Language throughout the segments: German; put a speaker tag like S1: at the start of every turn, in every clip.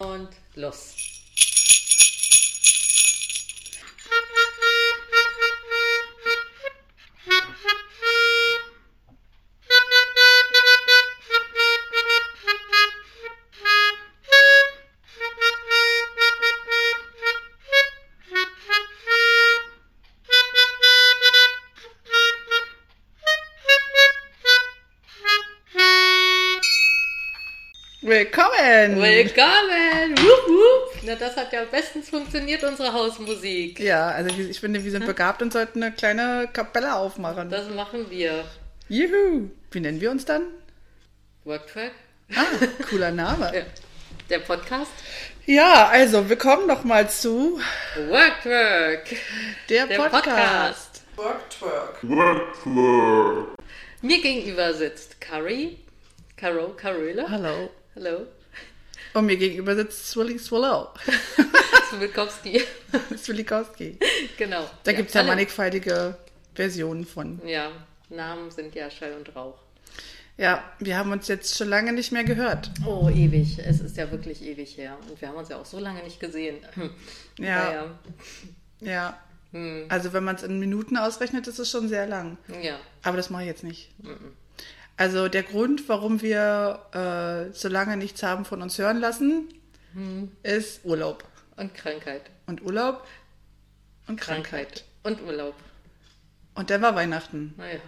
S1: Und los.
S2: Willkommen!
S1: Willkommen! Wup, wup. Na, das hat ja bestens funktioniert, unsere Hausmusik.
S2: Ja, also ich, ich finde, wir sind begabt und sollten eine kleine Kapelle aufmachen.
S1: Das machen wir.
S2: Juhu! Wie nennen wir uns dann?
S1: Worktrack?
S2: Ah, cooler Name.
S1: Ja. Der Podcast?
S2: Ja, also willkommen nochmal zu
S1: Worktrack!
S2: der,
S1: Der
S2: Podcast.
S1: Podcast. Mir gegenüber sitzt Curry. Caro, Carola.
S2: Hallo.
S1: Hallo.
S2: Und mir gegenüber sitzt Swilly Swallow.
S1: Wilkowski.
S2: Swilikowski.
S1: genau.
S2: Da gibt es ja
S1: hallo.
S2: mannigfaltige Versionen von.
S1: Ja, Namen sind ja Schall und Rauch.
S2: Ja, wir haben uns jetzt schon lange nicht mehr gehört.
S1: Oh, ewig. Es ist ja wirklich ewig her. Und wir haben uns ja auch so lange nicht gesehen.
S2: Ja,
S1: Naja.
S2: ja.
S1: Hm.
S2: Also wenn man es in Minuten ausrechnet, ist es schon sehr lang.
S1: Ja.
S2: Aber das mache ich jetzt nicht.
S1: Mhm.
S2: Also der Grund, warum wir äh, so lange nichts haben von uns hören lassen,
S1: Mhm.
S2: ist Urlaub.
S1: Und Krankheit.
S2: Und Urlaub und
S1: Krankheit.
S2: Krankheit.
S1: Und Urlaub.
S2: Und dann war Weihnachten.
S1: Naja.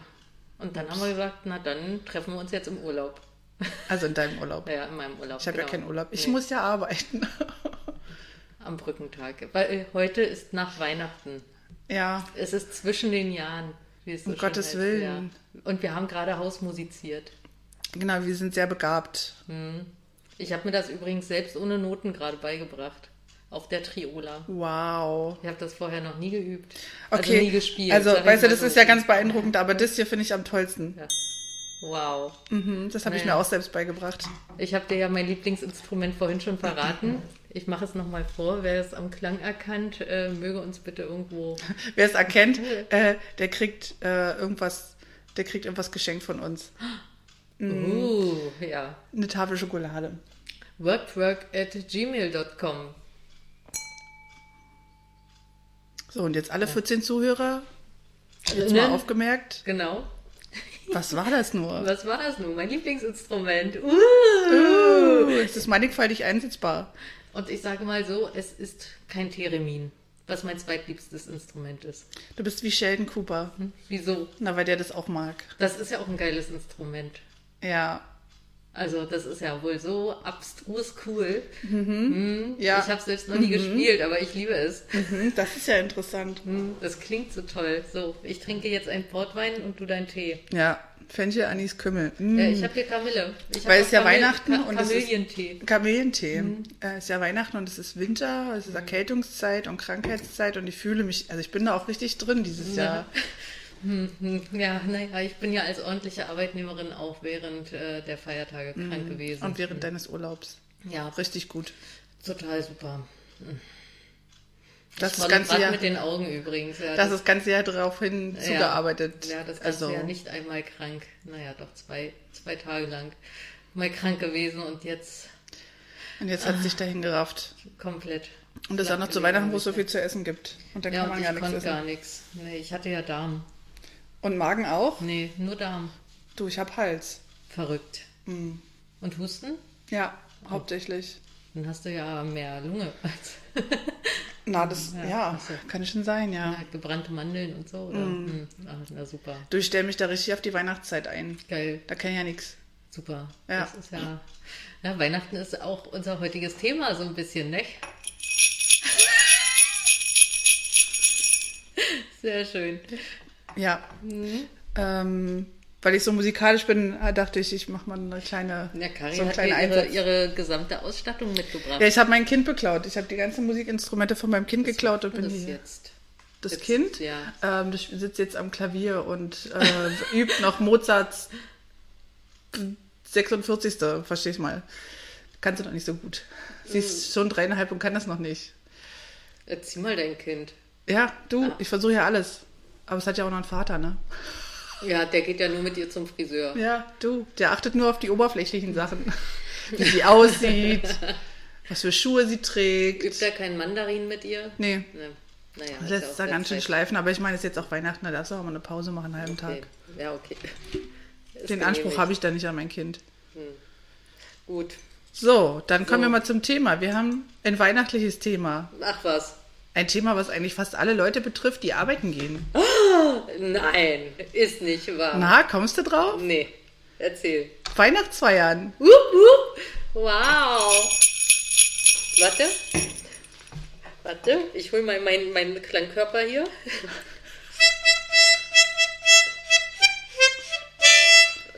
S1: Und dann haben wir gesagt, na dann treffen wir uns jetzt im Urlaub.
S2: Also in deinem Urlaub.
S1: Naja, in meinem Urlaub.
S2: Ich habe ja
S1: genau.
S2: keinen Urlaub. Ich
S1: Nee,
S2: muss ja arbeiten.
S1: Am Brückentag. Weil äh, heute ist nach Weihnachten.
S2: ja,
S1: Es ist zwischen den Jahren. Wie es so
S2: Um
S1: schön
S2: Gottes
S1: heißt,
S2: Willen.
S1: Ja. Und wir haben gerade Hausmusiziert.
S2: genau, wir sind sehr begabt.
S1: Ich habe mir das übrigens selbst ohne Noten gerade beigebracht. Auf der Triola.
S2: Wow.
S1: Ich habe das vorher noch nie geübt.
S2: Okay.
S1: Also nie gespielt.
S2: Also,
S1: sag ich
S2: weißt du,
S1: mal
S2: das
S1: so.
S2: ist ja ganz beeindruckend, aber das hier finde ich am tollsten.
S1: Ja. Wow.
S2: Mhm, das habe ich
S1: Naja.
S2: mir auch selbst beigebracht.
S1: Ich habe dir ja mein Lieblingsinstrument vorhin schon verraten. Ich mache es nochmal vor. Wer es am Klang erkannt, äh, möge uns bitte irgendwo.
S2: Wer es erkennt, äh, der kriegt äh, irgendwas, der kriegt irgendwas geschenkt von uns. Mm.
S1: Uh, ja.
S2: Eine Tafel Schokolade.
S1: Workwork at gmail.com.
S2: So, und jetzt alle 14 Zuhörer, jetzt
S1: Ne?
S2: mal aufgemerkt,
S1: Genau.
S2: was war das nur?
S1: Was war das nun? Mein Lieblingsinstrument. Uh.
S2: Uh, es ist mannigfaltig einsetzbar.
S1: Und ich sage mal so, es ist kein Theremin, was mein zweitliebstes Instrument ist. Hm?
S2: Du bist wie Sheldon Cooper.
S1: Wieso?
S2: Na, weil der das auch mag.
S1: Das ist ja auch ein geiles Instrument.
S2: Ja.
S1: Also das ist ja wohl so abstrus cool.
S2: Ja,
S1: Ich habe es selbst noch nie gespielt, aber ich liebe es.
S2: mhm, das ist ja interessant.
S1: Hm, Das klingt so toll. So, ich trinke jetzt einen Portwein und du deinen Tee.
S2: Ja, Fenchel, Anis, Kümmel. Mm.
S1: Äh, ich habe hier Kamille. Ich hab
S2: Weil
S1: auch
S2: es ja
S1: Kamille-
S2: Weihnachten
S1: Ka
S2: und es ist-
S1: Kamillentee.
S2: Kamellentee.
S1: Mhm.
S2: Äh, ist ja Weihnachten und es ist Winter, es ist Erkältungszeit und Krankheitszeit und ich fühle mich, also ich bin da auch richtig drin dieses
S1: Ja.
S2: Jahr.
S1: Hm, Ja, naja, ich bin ja als ordentliche Arbeitnehmerin auch während äh, der Feiertage krank gewesen.
S2: Hm, Und während deines Urlaubs.
S1: ja,
S2: Richtig gut.
S1: total super.
S2: Das
S1: Ich
S2: ist
S1: rolle
S2: ganze
S1: grad
S2: Jahr,
S1: mit den Augen übrigens. Ja,
S2: das ist ganze Jahr darauf hin zugearbeitet.
S1: Ja, das ganze
S2: also,
S1: also. Jahr nicht einmal krank. Naja, doch zwei, zwei Tage lang mal krank gewesen und jetzt
S2: Und jetzt hat
S1: Ah.
S2: sich dahin gerafft.
S1: komplett.
S2: Und das auch noch zu Weihnachten, wo es so viel zu essen gibt. Und da
S1: Ja,
S2: kann
S1: und
S2: man
S1: ich
S2: gar nichts
S1: konnte
S2: essen.
S1: gar nichts. Nee, ich hatte ja Darm.
S2: Und Magen auch?
S1: Nee, nur Darm.
S2: Du, ich hab Hals. Hm.
S1: Verrückt. Und Husten?
S2: Ja, hauptsächlich.
S1: Dann hast du ja mehr Lunge als
S2: Na, das, ja,
S1: ach so.
S2: kann schon sein, ja. Mhm.
S1: na, gebrannte Mandeln und so. Oder? Hm. Ach, na super.
S2: Du, ich stell mich da richtig auf die Weihnachtszeit ein.
S1: Geil.
S2: Da kann ich ja nichts.
S1: Super.
S2: Ja.
S1: Das ist ja, ja. Weihnachten ist auch unser heutiges Thema so ein bisschen, ne? Sehr schön.
S2: Ja.
S1: Mhm.
S2: Ähm, weil ich so musikalisch bin, dachte ich, ich mache mal eine kleine,
S1: Ja, Kari
S2: so einen
S1: hat
S2: kleinen
S1: mir ihre,
S2: Einsatz.
S1: ihre gesamte Ausstattung mitgebracht.
S2: Ja, ich habe mein Kind beklaut. Ich habe die ganzen Musikinstrumente von meinem Kind geklaut und bin
S1: das
S2: hier.
S1: jetzt.
S2: Das
S1: jetzt,
S2: Kind,
S1: ja.
S2: ähm, das sitzt jetzt am Klavier und äh, übt noch Mozarts 46. Versteh's mal. Kann sie noch nicht so gut. Sie
S1: Mhm.
S2: ist schon dreieinhalb und kann das noch nicht.
S1: Erzieh mal dein Kind.
S2: Ja, du,
S1: Ah.
S2: ich versuche ja alles. Aber es hat ja auch noch einen Vater, ne?
S1: Ja, der geht ja nur mit dir zum Friseur.
S2: Ja, du, der achtet nur auf die oberflächlichen Sachen. Wie sie aussieht, was für Schuhe sie trägt.
S1: Übt da kein Mandarin mit ihr?
S2: Nee,
S1: Ne. Naja, hat ja auch
S2: lässt da
S1: sehr
S2: ganz schön
S1: Zeit.
S2: schleifen. Aber ich meine, es ist jetzt auch Weihnachten, da darfst du auch mal eine Pause machen, einen halben
S1: Okay.
S2: Tag.
S1: Ja, okay. Ist
S2: Den Anspruch
S1: genehmigt.
S2: habe ich da nicht an mein Kind.
S1: Gut.
S2: So, dann kommen
S1: So.
S2: wir mal zum Thema. Wir haben ein weihnachtliches Thema.
S1: Ach was.
S2: Ein Thema, was eigentlich fast alle Leute betrifft, die arbeiten gehen.
S1: Ah. Nein, ist nicht wahr.
S2: Na, kommst du drauf?
S1: Nee, erzähl.
S2: Weihnachtsfeiern.
S1: Wupp, wupp. Wow. Warte. Warte, ich hole mal meinen meinen Klangkörper hier.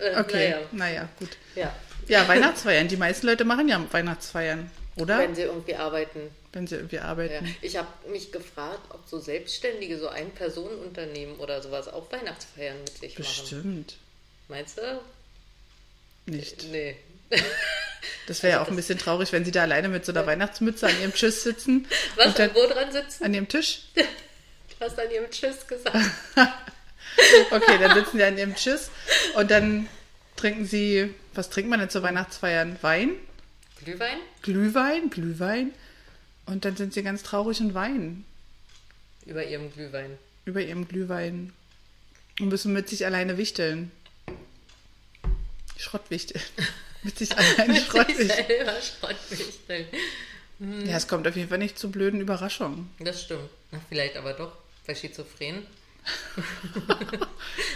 S1: Äh,
S2: Okay,
S1: Naja,
S2: naja, gut.
S1: ja.
S2: Ja, Weihnachtsfeiern. Die meisten Leute machen ja Weihnachtsfeiern, oder?
S1: Wenn
S2: Wenn,
S1: sie irgendwie arbeiten.
S2: sie irgendwie
S1: Ja.
S2: arbeiten.
S1: Ich habe mich gefragt, ob so Selbstständige, so Ein-Personen-Unternehmen oder sowas auch Weihnachtsfeiern mit sich machen.
S2: Bestimmt
S1: Meinst du?
S2: nicht.
S1: Äh, Nee. Also
S2: Das wäre ja auch ein bisschen traurig, wenn sie da alleine mit so einer Weihnachtsmütze an ihrem Tisch sitzen.
S1: Was,
S2: Und dann,
S1: wo dran sitzen?
S2: an ihrem Tisch?
S1: Du hast an ihrem Tschüss gesagt.
S2: Okay, dann sitzen sie an ihrem Tisch und dann trinken sie, was trinkt man denn zu Weihnachtsfeiern? Wein?
S1: Glühwein?
S2: Glühwein? Glühwein? Und dann sind sie ganz traurig und weinen
S1: Über ihrem Glühwein.
S2: über ihrem Glühwein und müssen mit sich alleine wichteln. Schrottwichteln. Mit sich alleine
S1: Mit sich
S2: schrottwichteln.
S1: selber Schrottwichteln.
S2: Ja, es kommt auf jeden Fall nicht zu blöden Überraschungen.
S1: Das stimmt. Na, vielleicht aber doch. Bei Schizophrenen.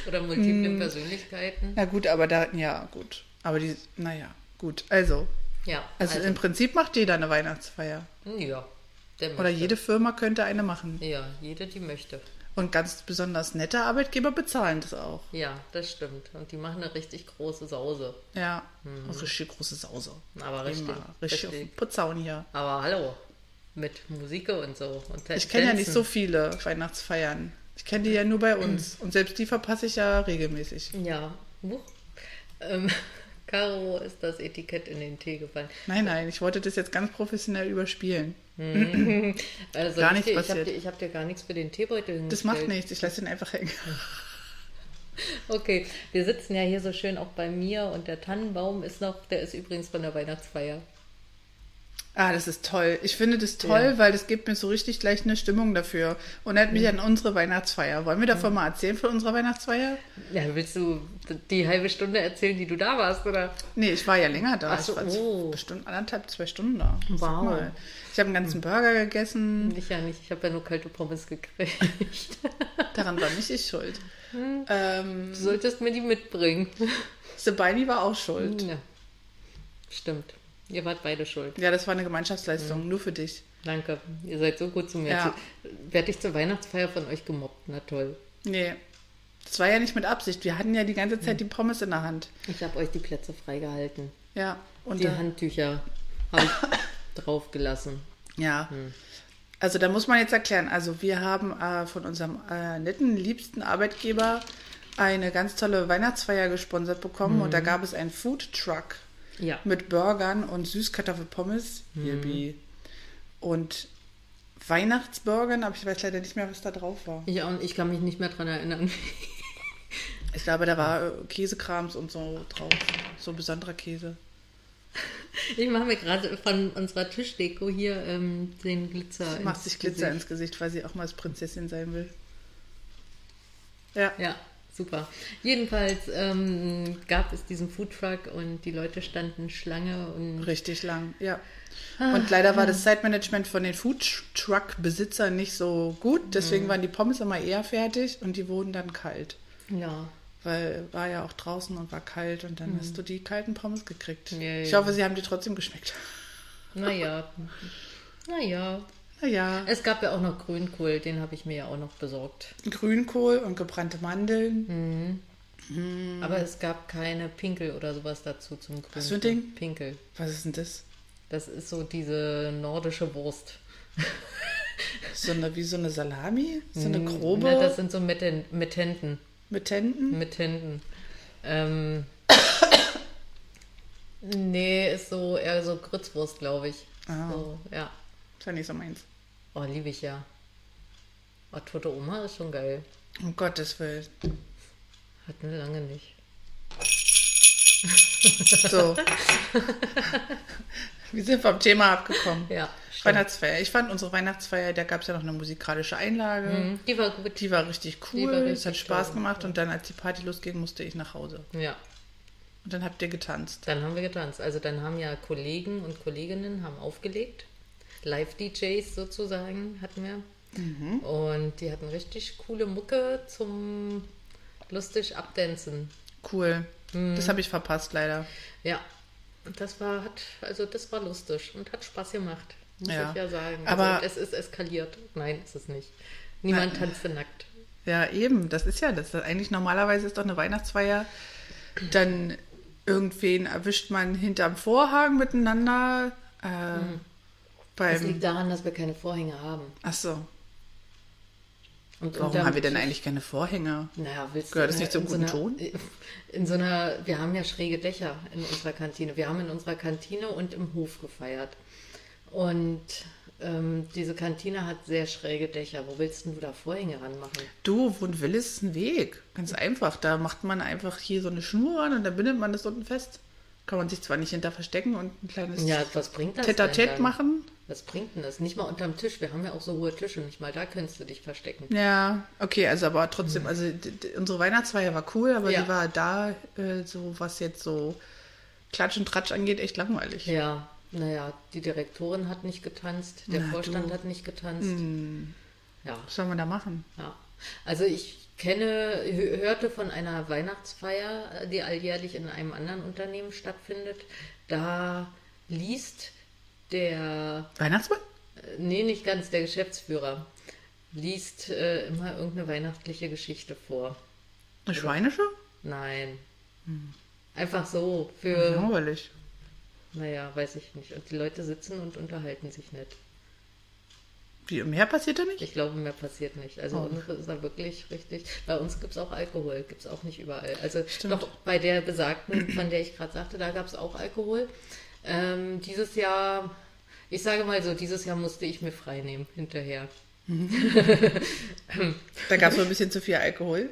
S1: Oder
S2: Mm.
S1: multiplen Persönlichkeiten.
S2: Na gut, aber da, ja, gut. Aber die, naja, gut. Also,
S1: Ja. mm,
S2: also, im Prinzip macht jeder eine Weihnachtsfeier.
S1: ja. Der
S2: Oder
S1: möchte.
S2: jede Firma könnte eine machen.
S1: Ja, jede, die möchte.
S2: Und ganz besonders nette Arbeitgeber bezahlen das auch.
S1: Ja, das stimmt. Und die machen eine richtig große Sause.
S2: Ja, Und richtig große Sause.
S1: Aber Mhm. richtig.
S2: Immer richtig auf
S1: richtig.
S2: dem Putzaun hier.
S1: Aber hallo. Mit Musik und so. Und
S2: Ich kenne ja nicht so
S1: Tänzen.
S2: viele Weihnachtsfeiern. Ich kenne die ja nur bei uns. Und selbst die verpasse ich ja regelmäßig.
S1: Ja. Huch. Ähm, Caro ist das Etikett in den Tee gefallen.
S2: Nein, nein, ich wollte das jetzt ganz professionell überspielen.
S1: Also
S2: Gar
S1: ich
S2: nichts
S1: dir- ich hab
S2: passiert.
S1: dir- Ich habe dir gar nichts für den Teebeutel hingestellt.
S2: Das macht nichts, ich lasse den einfach hängen.
S1: Okay, wir sitzen ja hier so schön auch bei mir und der Tannenbaum ist noch, der ist übrigens von der Weihnachtsfeier.
S2: Ah, das ist toll. Ich finde das toll,
S1: Ja.
S2: weil das gibt mir so richtig gleich eine Stimmung dafür. Und erinnert mich an unsere Weihnachtsfeier. Wollen wir davon mal erzählen von unserer Weihnachtsfeier?
S1: Ja, willst du die halbe Stunde erzählen, die du da warst, oder?
S2: Nee, ich war ja länger da.
S1: Ach so,
S2: ich war
S1: oh.
S2: bestimmt anderthalb, zwei Stunden da. Sag
S1: Wow. Hm.
S2: mal. Ich habe einen ganzen Burger gegessen.
S1: Ich ja nicht, ich habe ja nur kalte Pommes gekriegt.
S2: Daran war nicht ich schuld.
S1: Hm.
S2: Ähm,
S1: Du solltest mir die mitbringen.
S2: Sebani war auch schuld.
S1: Ja. Stimmt. Ihr wart beide schuld.
S2: Ja, das war eine Gemeinschaftsleistung, nur für dich.
S1: Danke. Ihr seid so gut zu mir.
S2: Ja.
S1: Werde ich zur Weihnachtsfeier von euch gemobbt. Na toll.
S2: Nee, das war ja nicht mit Absicht. Wir hatten ja die ganze Zeit die Pommes in der Hand.
S1: Ich habe euch die Plätze freigehalten.
S2: Ja, und
S1: Die
S2: da,
S1: Handtücher habe ich draufgelassen.
S2: ja. Also da muss man jetzt erklären. Also wir haben äh, von unserem äh, netten, liebsten Arbeitgeber eine ganz tolle Weihnachtsfeier gesponsert bekommen und da gab es einen Food Truck
S1: Ja.
S2: mit Burgern und Süßkartoffelpommes. Yippie. Und Weihnachtsburgern, aber ich weiß leider nicht mehr, was da drauf war.
S1: Ja, und ich kann mich nicht mehr dran erinnern.
S2: Ich glaube, da war äh, Käsekrams und so drauf. So besonderer Käse.
S1: Ich mache mir gerade von unserer Tischdeko hier ähm, den Glitzer.
S2: Sie
S1: ins
S2: macht sich Glitzer
S1: Gesicht.
S2: ins Gesicht, weil sie auch mal als Prinzessin sein will. Ja.
S1: Ja, super. Jedenfalls ähm, gab es diesen Foodtruck und die Leute standen Schlange und
S2: Richtig lang, ja.
S1: Ah.
S2: Und leider war das Zeitmanagement von den Foodtruck-Besitzern nicht so gut.
S1: Mhm.
S2: Deswegen waren die Pommes immer eher fertig und die wurden dann kalt.
S1: ja.
S2: Weil war ja auch draußen und war kalt und dann hast du die kalten Pommes gekriegt.
S1: Mhm. Ja,
S2: Ich
S1: ja.
S2: hoffe, sie haben dir trotzdem geschmeckt.
S1: Naja. Naja.
S2: Naja,
S1: Es gab ja auch noch Grünkohl, den habe ich mir ja auch noch besorgt.
S2: Grünkohl und gebrannte Mandeln.
S1: Mhm. Aber es gab keine Pinkel oder sowas dazu zum Grünkohl.
S2: Mhm. für ein Ding?
S1: Pinkel.
S2: Was ist denn das?
S1: Das ist so diese nordische Wurst.
S2: So eine, wie so eine Salami? So eine grobe
S1: Na, Mhm. Ne, das sind so Mitten- Mittenten.
S2: mit Händen?
S1: mit Händen. Ähm, nee, ist so eher so Grützwurst, glaube ich.
S2: Ah.
S1: So, ja.
S2: Ist ja nicht so meins.
S1: Oh, liebe ich ja. Oh, tote Oma ist schon geil.
S2: Um Gottes Willen.
S1: Hatten wir lange nicht.
S2: So. Wir sind vom Thema abgekommen.
S1: Ja,
S2: Weihnachtsfeier. Ich fand unsere Weihnachtsfeier, da gab es ja noch eine musikalische Einlage.
S1: Mhm. Die war gut.
S2: Die war richtig cool,
S1: war
S2: es hat
S1: richtig
S2: Spaß
S1: toll.
S2: gemacht und dann, als die Party losging, musste ich nach Hause.
S1: Ja,
S2: Und dann habt ihr getanzt.
S1: dann haben wir getanzt. Also dann haben ja Kollegen und Kolleginnen haben aufgelegt. Live-DJs sozusagen hatten wir.
S2: Mhm.
S1: Und die hatten richtig coole Mucke zum lustig abdancen.
S2: Cool.
S1: Mhm.
S2: Das habe ich verpasst, leider.
S1: Ja. Und das war, hat, also das war lustig und hat Spaß gemacht, muss
S2: Ja.
S1: ich ja sagen.
S2: Aber-
S1: also es ist eskaliert. Nein, ist es nicht. Niemand
S2: Nein.
S1: tanzte nackt.
S2: Ja, eben. Das ist ja das. Eigentlich normalerweise ist doch eine Weihnachtsfeier. Dann irgendwen erwischt man hinterm Vorhang miteinander. Äh,
S1: Mhm. Das
S2: Beim.
S1: liegt daran, dass wir keine Vorhänge haben.
S2: Ach so.
S1: Und
S2: Warum
S1: unterm
S2: haben wir denn
S1: Tisch-
S2: eigentlich keine Vorhänge?
S1: Naja, willst
S2: Gehört
S1: du
S2: das
S1: in-
S2: nicht zum
S1: in
S2: guten
S1: so
S2: Ton?
S1: einer, äh, In so einer, wir haben ja schräge Dächer in unserer Kantine. Wir haben in unserer Kantine und im Hof gefeiert. Und ähm, diese Kantine hat sehr schräge Dächer. Wo willst denn du da Vorhänge ranmachen?
S2: Du, wo ein Will ist, ist ein Weg. Ganz einfach. Da macht man einfach hier so eine Schnur ran und dann bindet man das unten fest. Kann man sich zwar nicht hinter verstecken und ein kleines
S1: Ja, was bringt das? denn
S2: Tête-à-Tête
S1: dann?
S2: machen.
S1: Was bringt denn das? Nicht mal unterm Tisch. Wir haben ja auch so hohe Tische. Nicht mal da könntest du dich verstecken.
S2: Ja, okay, also aber trotzdem, also d- d- unsere Weihnachtsfeier war cool, aber
S1: Hm. Ja.
S2: die war da, äh, so was jetzt so Klatsch und Tratsch angeht, echt langweilig.
S1: Ja, naja, die Direktorin hat nicht getanzt. Der
S2: Na,
S1: Vorstand
S2: du. Hm.
S1: hat nicht getanzt. Ja,
S2: Was soll man da machen?
S1: Ja, also ich kenne, hö- hörte von einer Weihnachtsfeier, die alljährlich in einem anderen Unternehmen stattfindet. Da liest der,
S2: Weihnachtsmann?
S1: äh, nee, nicht ganz, der Geschäftsführer, liest äh, immer irgendeine weihnachtliche Geschichte vor.
S2: Eine schweinische?
S1: Nein. Einfach so, für,
S2: Langweilig.
S1: naja, weiß ich nicht. Und die Leute sitzen und unterhalten sich nicht.
S2: Wie, mehr passiert da nicht?
S1: Ich glaube, mehr passiert nicht. Also
S2: Oh.
S1: unsere ist da wirklich richtig. Bei uns gibt es auch Alkohol, gibt es auch nicht überall. Also
S2: Stimmt.
S1: doch bei der besagten, von der ich gerade sagte, da gab es auch Alkohol. Ähm, dieses Jahr, ich sage mal so, dieses Jahr musste ich mir frei nehmen hinterher.
S2: Da gab es wohl ein bisschen zu viel Alkohol.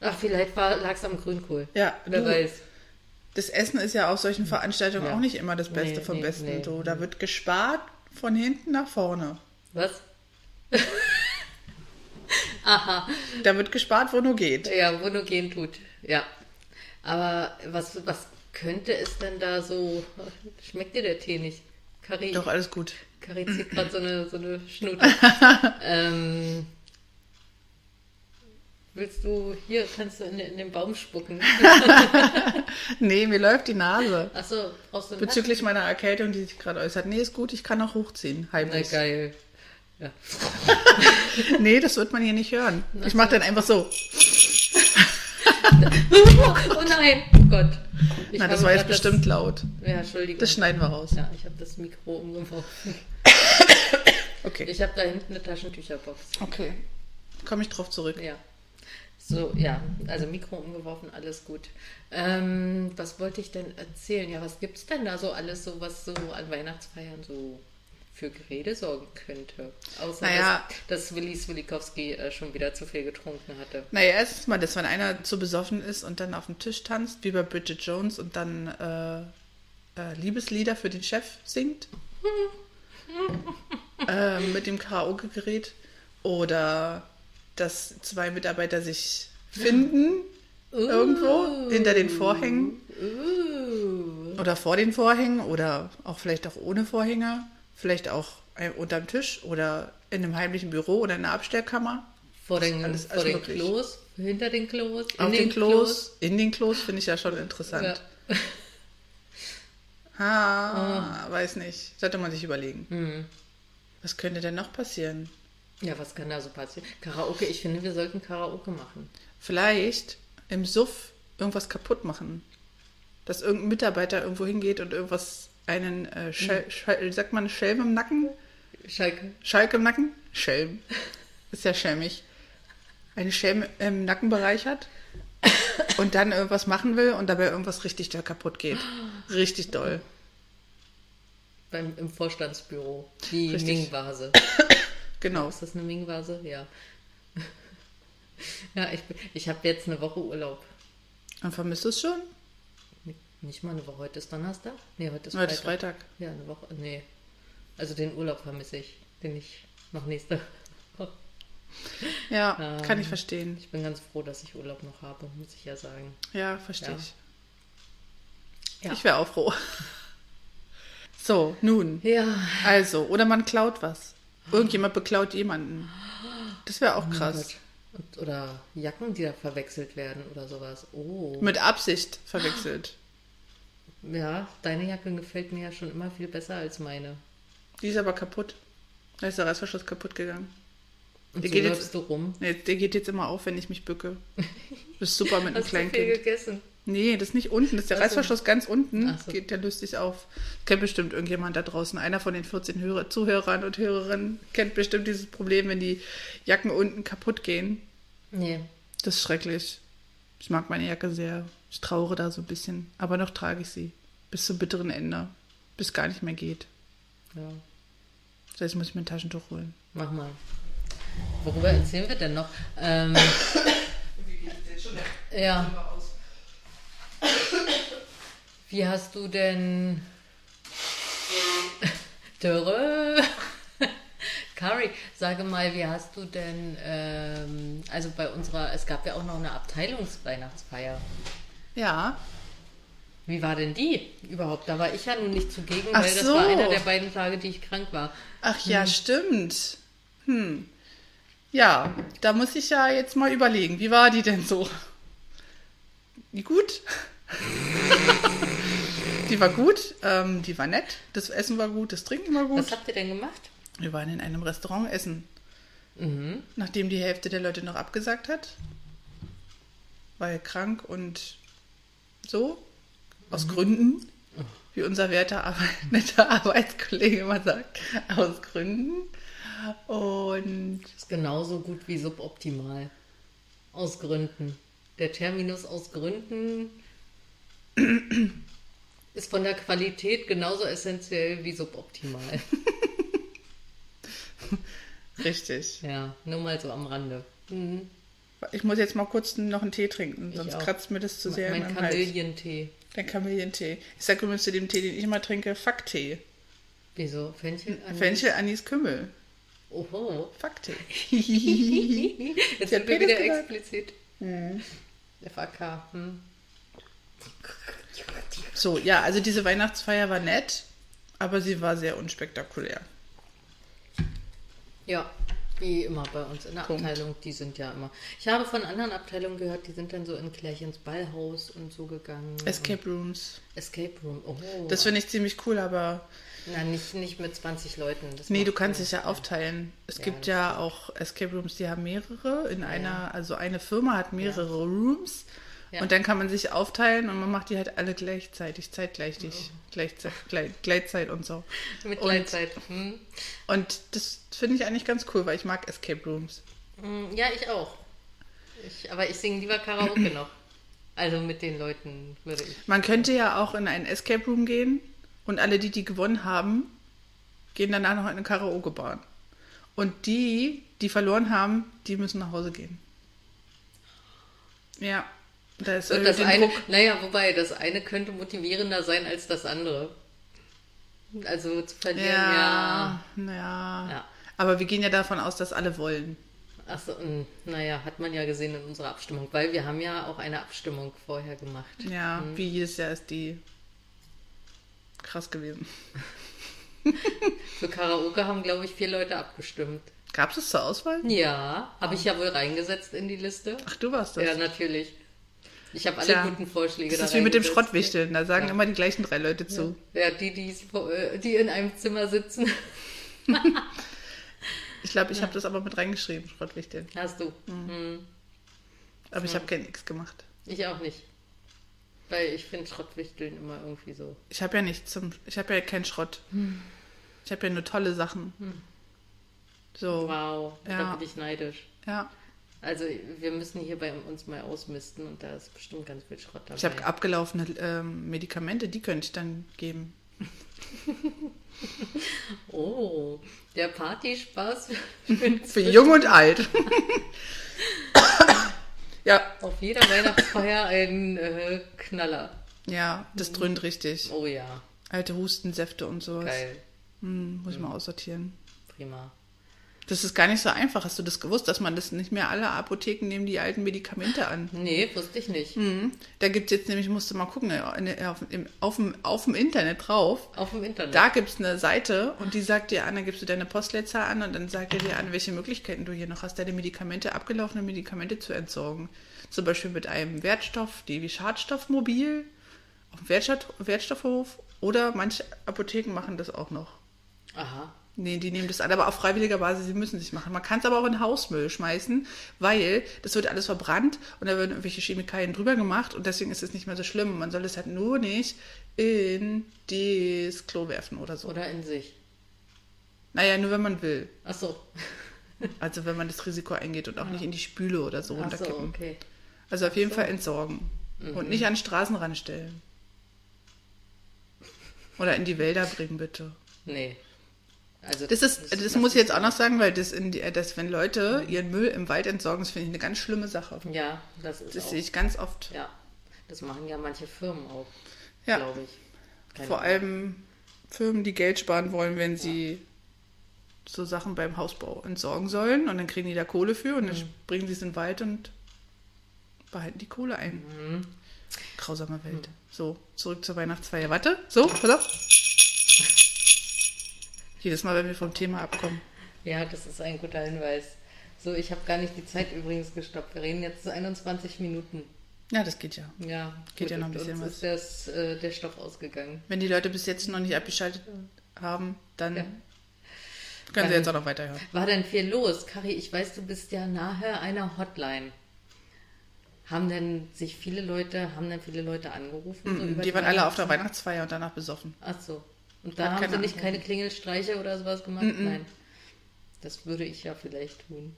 S1: Ach, vielleicht lag es am Grünkohl.
S2: Ja,
S1: Wer
S2: du,
S1: weiß.
S2: das Essen ist ja auf solchen Veranstaltungen
S1: Ja.
S2: auch nicht immer das Beste
S1: Nee,
S2: vom
S1: nee,
S2: Besten.
S1: nee,
S2: du, da wird gespart von hinten nach vorne.
S1: Was?
S2: Da wird gespart, wo nur geht.
S1: Ja, wo nur gehen tut. Ja. Aber was, was könnte es denn da so? Schmeckt dir der Tee nicht? Curry.
S2: Doch, alles gut.
S1: Kari zieht gerade so eine, so eine Schnute. ähm, willst du, hier kannst du in, den- in den Baum spucken.
S2: Nee, mir läuft die Nase.
S1: Achso, brauchst du einen
S2: Bezüglich meiner Erkältung, die sich gerade äußert. Nee, ist gut, ich kann auch
S1: Taschen?
S2: hochziehen.
S1: Na
S2: Heimlich.
S1: geil. Ja.
S2: Nee, das wird man hier nicht hören. Ich mache dann einfach so.
S1: oh nein, oh Gott. Ich
S2: Na, das
S1: habe
S2: war jetzt
S1: grad
S2: bestimmt laut.
S1: Das, ja, Entschuldigung.
S2: Das schneiden wir raus.
S1: ja, ich habe das Mikro umgeworfen.
S2: Okay.
S1: Ich habe da hinten eine Taschentücherbox.
S2: Okay. Komme ich drauf zurück.
S1: Ja. So, ja, also Mikro umgeworfen, alles gut. Ähm, was wollte ich denn erzählen? Ja, was gibt's denn da so alles, so was so an Weihnachtsfeiern so für Gerede sorgen könnte? Außer
S2: Naja.
S1: dass, dass Willi Swilikowski äh, schon wieder zu viel getrunken hatte.
S2: Naja, erstens mal, dass wenn einer zu besoffen ist und dann auf dem Tisch tanzt, wie bei Bridget Jones und dann äh, äh, Liebeslieder für den Chef singt. äh, mit dem Karaoke-Gerät. Oder dass zwei Mitarbeiter sich finden irgendwo hinter den Vorhängen
S1: Uh,
S2: oder vor den Vorhängen oder auch vielleicht auch ohne Vorhänge, vielleicht auch ein- unterm Tisch oder in einem heimlichen Büro oder in einer Abstellkammer.
S1: vor den,
S2: Alles-
S1: vor
S2: alles
S1: den
S2: möglich.
S1: Klos, hinter den Klos, in
S2: Auf den,
S1: den
S2: Klos, in den Klos finde ich ja schon
S1: Klos.
S2: interessant.
S1: Ja.
S2: Ha, weiß nicht. Sollte man sich überlegen. Was könnte denn noch passieren?
S1: ja, was kann da so passieren? Karaoke, ich finde, wir sollten Karaoke machen.
S2: Vielleicht im Suff irgendwas kaputt machen. Dass irgendein Mitarbeiter irgendwo hingeht und irgendwas einen, äh, Schel Schel sagt man Schelm im Nacken?
S1: Schalke,
S2: Schalk im Nacken? Schelm. Ist ja schelmig. Eine Schelm im Nackenbereich hat und dann irgendwas machen will und dabei irgendwas richtig doll kaputt geht. Richtig doll.
S1: Beim, Im Vorstandsbüro. Die
S2: Richtig.
S1: Ming-Vase.
S2: Genau.
S1: Ist das eine Ming-Vase? Ja. ja, ich, bin- ich habe jetzt eine Woche Urlaub.
S2: Und vermisst du es schon?
S1: Nicht mal eine Woche. Heute ist Donnerstag? Nee, heute ist
S2: Heute
S1: Freitag.
S2: ist Freitag.
S1: Ja, eine Woche. Nee. Also den Urlaub vermisse ich, den ich noch nächste Woche.
S2: Ja, kann ich
S1: Ähm,
S2: verstehen.
S1: Ich bin ganz froh, dass ich Urlaub noch habe, muss ich ja sagen.
S2: Ja, verstehe
S1: Ja.
S2: ich.
S1: Ja.
S2: Ich wäre auch froh. So, nun.
S1: Ja.
S2: Also, oder man klaut was. Irgendjemand beklaut jemanden. Das wäre
S1: Oh
S2: auch krass.
S1: Und, oder Jacken, die da verwechselt werden oder sowas. Oh.
S2: Mit Absicht verwechselt.
S1: Ja, deine Jacke gefällt mir ja schon immer viel besser als meine.
S2: Die ist aber kaputt. Da ist der Reißverschluss kaputt gegangen.
S1: Und
S2: Die
S1: so
S2: geht jetzt-
S1: läufst du rum.
S2: Nee, Der geht jetzt immer auf, wenn ich mich bücke. Das ist super mit einem
S1: Hast du viel
S2: Kleinkind.
S1: gegessen?
S2: Nee, das ist nicht unten. Das ist der
S1: Ach so.
S2: Reißverschluss ganz unten.
S1: Ach so.
S2: Geht, der löst sich auf. Kennt bestimmt irgendjemand da draußen. Einer von den 14 Hörer, Zuhörern und Hörerinnen kennt bestimmt dieses Problem, wenn die Jacken unten kaputt gehen.
S1: Nee.
S2: Das ist schrecklich. Ich mag meine Jacke sehr. Ich trauere da so ein bisschen. Aber noch trage ich sie. Bis zum bitteren Ende. Bis gar nicht mehr geht.
S1: Ja.
S2: Vielleicht muss ich mir ein Taschentuch holen.
S1: Mach mal. Worüber erzählen wir denn noch? Ähm, ja, wie hast du denn Dörre? Kari, sage mal, wie hast du denn, ähm, also bei unserer, es gab ja auch noch eine Abteilungsweihnachtsfeier.
S2: Ja,
S1: Wie war denn die überhaupt? Da war ich ja nun nicht zugegen,
S2: Ach
S1: weil das
S2: so.
S1: war einer der beiden Tage, die ich krank war.
S2: Ach ja, stimmt. Hm. Ja, da muss ich ja jetzt mal überlegen, wie war die denn so? Die gut? die war gut, ähm, die war nett, das Essen war gut, das Trinken war
S1: Was
S2: gut.
S1: habt ihr denn gemacht?
S2: Wir waren in einem Restaurant essen,
S1: Mhm.
S2: nachdem die Hälfte der Leute noch abgesagt hat, weil krank und so, aus
S1: Mhm.
S2: Gründen,
S1: Oh.
S2: wie unser werter Arbeit, netter Arbeitskollege immer sagt, aus Gründen. Und
S1: Ist genauso gut wie suboptimal. Aus Gründen. Der Terminus aus Gründen ist von der Qualität genauso essentiell wie suboptimal.
S2: richtig.
S1: Ja, nur mal so am Rande. Mhm.
S2: Ich muss jetzt mal kurz noch einen Tee trinken,
S1: Ich
S2: sonst
S1: auch.
S2: kratzt mir das zu sehr in
S1: mein
S2: meinem Hals.
S1: Kamillentee.
S2: Der Kamillentee. Ich sage übrigens zu dem Tee, den ich immer trinke, Facktee.
S1: Wieso? Fenchel? Anis?
S2: Fenchel, Anis, Kümmel.
S1: Oho.
S2: Facktee.
S1: Jetzt
S2: hat
S1: sind wir
S2: Penis
S1: wieder
S2: gesagt.
S1: explizit. FAK. Hm.
S2: So, ja, also diese Weihnachtsfeier war nett, aber sie war sehr unspektakulär.
S1: Ja, wie immer bei uns in der
S2: Punkt.
S1: Abteilung, die sind ja immer. Ich habe von anderen Abteilungen gehört, die sind dann so in Klärchens Ballhaus und so gegangen.
S2: Escape Rooms.
S1: Und Escape Room. Oh.
S2: Das finde ich ziemlich cool, aber
S1: Na, nicht, nicht mit 20 Leuten. Das
S2: nee,
S1: macht
S2: du kannst
S1: keinen-
S2: es ja aufteilen. Es
S1: Ja,
S2: gibt
S1: das
S2: ja auch Escape Rooms, die haben mehrere in einer, also eine Firma hat mehrere Rooms
S1: Ja.
S2: und dann kann man sich aufteilen und man macht die halt alle gleichzeitig, zeitgleich, gleichzeitig, gleichzeitig und so.
S1: Oh. Mit
S2: und-
S1: Gleitzeit. Hm.
S2: Und das finde ich eigentlich ganz cool, weil ich mag Escape Rooms.
S1: Hm, Ja, ich auch. Ich, aber ich singe lieber Karaoke noch. Also mit den Leuten würde ich.
S2: Man könnte ja auch in einen Escape Room gehen und alle, die die gewonnen haben, gehen danach noch in eine Karaoke-Bahn. Und die, die verloren haben, die müssen nach Hause gehen. Ja, da ist
S1: Und
S2: irgendwie
S1: das
S2: den
S1: eine,
S2: Druck.
S1: naja, wobei, das eine könnte motivierender sein als das andere. Also zu
S2: Ja,
S1: verlieren, ja.
S2: ja. ja.
S1: Ja.
S2: Aber wir gehen ja davon aus, dass alle wollen.
S1: Achso, naja, hat man ja gesehen in unserer Abstimmung, weil wir haben ja auch eine Abstimmung vorher gemacht.
S2: Ja,
S1: Mhm.
S2: wie jedes Jahr ist die krass gewesen.
S1: Für Karaoke haben, glaube ich, vier Leute abgestimmt.
S2: Gab es das zur Auswahl?
S1: Ja, habe ich ja wohl reingesetzt in die Liste.
S2: Ach, du warst das.
S1: Ja, natürlich. Ich habe alle
S2: Tja,
S1: guten Vorschläge
S2: das ist
S1: da
S2: wie mit dem
S1: reingesetzt.
S2: Schrottwichteln. Da sagen
S1: ne? Ja.
S2: immer die gleichen drei Leute zu.
S1: Ja, die, die, äh, die in einem Zimmer sitzen.
S2: Ich glaube, ich habe das aber mit reingeschrieben, Schrottwichteln.
S1: Hast du.
S2: Mhm.
S1: Hm.
S2: Aber ich habe kein X gemacht.
S1: Ich auch nicht. Weil ich finde Schrottwichteln immer irgendwie so.
S2: Ich habe ja nichts zum. Ich habe ja keinen Schrott. Ich habe ja nur tolle Sachen. So,
S1: Wow,
S2: Ja.
S1: da bin ich neidisch.
S2: ja.
S1: Also wir müssen hier bei uns mal ausmisten und da ist bestimmt ganz viel Schrott dabei.
S2: Ich habe abgelaufene ähm, Medikamente, die könnte ich dann geben.
S1: Oh, der Partyspaß für
S2: Für jung und alt. ja,
S1: auf jeder Weihnachtsfeier ein äh, Knaller.
S2: Ja, das dröhnt richtig.
S1: Oh ja,
S2: Alte Hustensäfte und sowas.
S1: geil,
S2: Hm, muss ich mal aussortieren.
S1: prima.
S2: Das ist gar nicht so einfach. Hast du das gewusst, dass man das nicht mehr alle Apotheken nehmen die alten Medikamente an?
S1: Nee, wusste ich nicht.
S2: Mhm. Da gibt es jetzt nämlich, musst du mal gucken, in- auf, im, auf, dem, auf dem Internet drauf.
S1: Auf dem Internet.
S2: Da gibt es eine Seite und die sagt dir an, dann gibst du deine Postleitzahl an und dann sagt er dir an, welche Möglichkeiten du hier noch hast, deine Medikamente, abgelaufene Medikamente zu entsorgen. Zum Beispiel mit einem Wertstoff, die wie Schadstoffmobil, auf dem Wertstoff, Wertstoffhof oder manche Apotheken machen das auch noch.
S1: Aha.
S2: Nee, die nehmen das an, aber auf freiwilliger Basis, sie müssen sich machen. Man kann es aber auch in Hausmüll schmeißen, weil das wird alles verbrannt und da werden irgendwelche Chemikalien drüber gemacht und deswegen ist es nicht mehr so schlimm. Man soll es halt nur nicht in das Klo werfen oder so.
S1: Oder in sich.
S2: Naja, nur wenn man will.
S1: Ach so.
S2: Also wenn man das Risiko eingeht und auch nicht in die Spüle oder so
S1: Ach so,
S2: runterkippen.
S1: okay. Mhm.
S2: Also auf jeden Fall entsorgen und nicht an Straßenrand stellen. Oder in die Wälder bringen, bitte.
S1: Nee. Also
S2: Das ist, das, muss ich jetzt auch noch sagen, weil das, in die, das wenn Leute ihren Müll im Wald entsorgen, das finde ich eine ganz schlimme Sache.
S1: Ja, das ist
S2: Das
S1: auch.
S2: sehe ich ganz oft.
S1: Ja, das machen ja manche Firmen auch,
S2: Ja.
S1: glaube ich. Keine
S2: Vor
S1: Ahnung.
S2: allem Firmen, die Geld sparen wollen, wenn sie so Sachen beim Hausbau entsorgen sollen und dann kriegen die da Kohle für und dann
S1: Mhm.
S2: bringen sie es in den Wald und behalten die Kohle ein.
S1: Mhm.
S2: Grausame Welt. So, zurück zur Weihnachtsfeier. Warte, so, pass auf. Jedes Mal, wenn wir vom Thema abkommen.
S1: Ja, das ist ein guter Hinweis. So, ich habe gar nicht die Zeit übrigens gestoppt. Wir reden jetzt 21 Minuten.
S2: Ja, das geht ja.
S1: Ja,
S2: Geht ja noch ein
S1: und
S2: bisschen
S1: uns ist das, äh, der Stoff ausgegangen.
S2: Wenn die Leute bis jetzt noch nicht abgeschaltet haben, dann
S1: Ja.
S2: können sie
S1: Dann-
S2: jetzt auch noch weiterhören.
S1: War denn viel los? Kari, ich weiß, du bist ja nahe einer Hotline. Haben denn sich viele Leute, haben denn viele Leute angerufen? so über
S2: Mhm. Die waren alle auf der
S1: Weihnachts-
S2: Weihnachtsfeier und danach besoffen.
S1: Ach so. Und
S2: Hat
S1: da haben
S2: keiner
S1: sie nicht
S2: angerufen.
S1: keine Klingelstreiche oder sowas gemacht? Nein. Das würde ich ja vielleicht tun.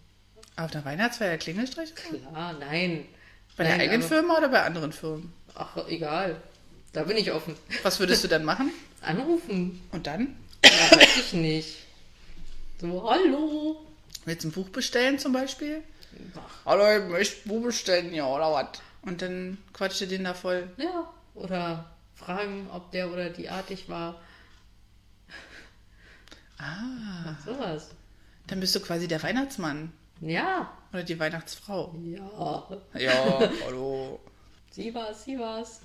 S2: Auf der Weihnachtsfeier Klingelstreich?
S1: Klar, nein.
S2: Bei
S1: nein,
S2: der eigenen
S1: aber-
S2: Firma oder bei anderen Firmen?
S1: Ach, egal. Da bin ich offen.
S2: Was würdest du dann machen?
S1: Anrufen?
S2: Und dann?
S1: Ja, weiß ich nicht. So, hallo.
S2: Willst du ein Buch bestellen zum Beispiel?
S1: Ach,
S2: Hallo, ich möchte ein Buch bestellen, ja, oder was? Und dann quatscht ihr den da voll.
S1: ja. Oder fragen, ob der oder die artig war.
S2: Ah,
S1: Sowas.
S2: dann bist du quasi der Weihnachtsmann
S1: Ja.
S2: oder die Weihnachtsfrau.
S1: Ja.
S2: Ja, hallo.
S1: Sie war's, sie war's.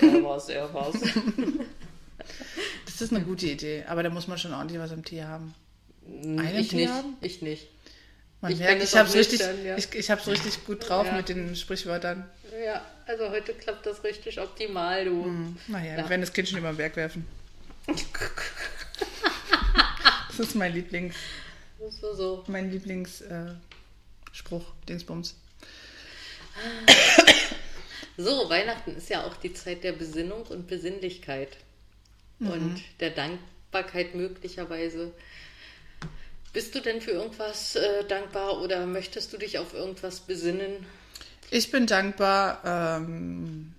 S1: Er war's, er war's.
S2: Das ist eine gute Idee, aber da muss man schon ordentlich was im Tee haben. Eine
S1: Hm, ich
S2: Tee
S1: nicht.
S2: haben?
S1: Ich nicht.
S2: Man
S1: Ich
S2: merkt,
S1: bin
S2: ich
S1: das
S2: hab's
S1: auch nicht
S2: richtig,
S1: dann, ja.
S2: ich, ich hab's richtig gut drauf
S1: Ja.
S2: mit den Sprichwörtern.
S1: Ja, also heute klappt das richtig optimal, du.
S2: Hm. Naja,
S1: Mhm. Ja.
S2: wir werden das Kind schon über den Berg werfen. Das ist mein Lieblings,
S1: Das ist so, so.
S2: mein Lieblings äh, Spruch, Dingsbums.
S1: So, Weihnachten ist ja auch die Zeit der Besinnung und Besinnlichkeit
S2: Mhm.
S1: und der Dankbarkeit möglicherweise. Bist du denn für irgendwas äh, dankbar oder möchtest du dich auf irgendwas besinnen?
S2: Ich bin dankbar, ähm,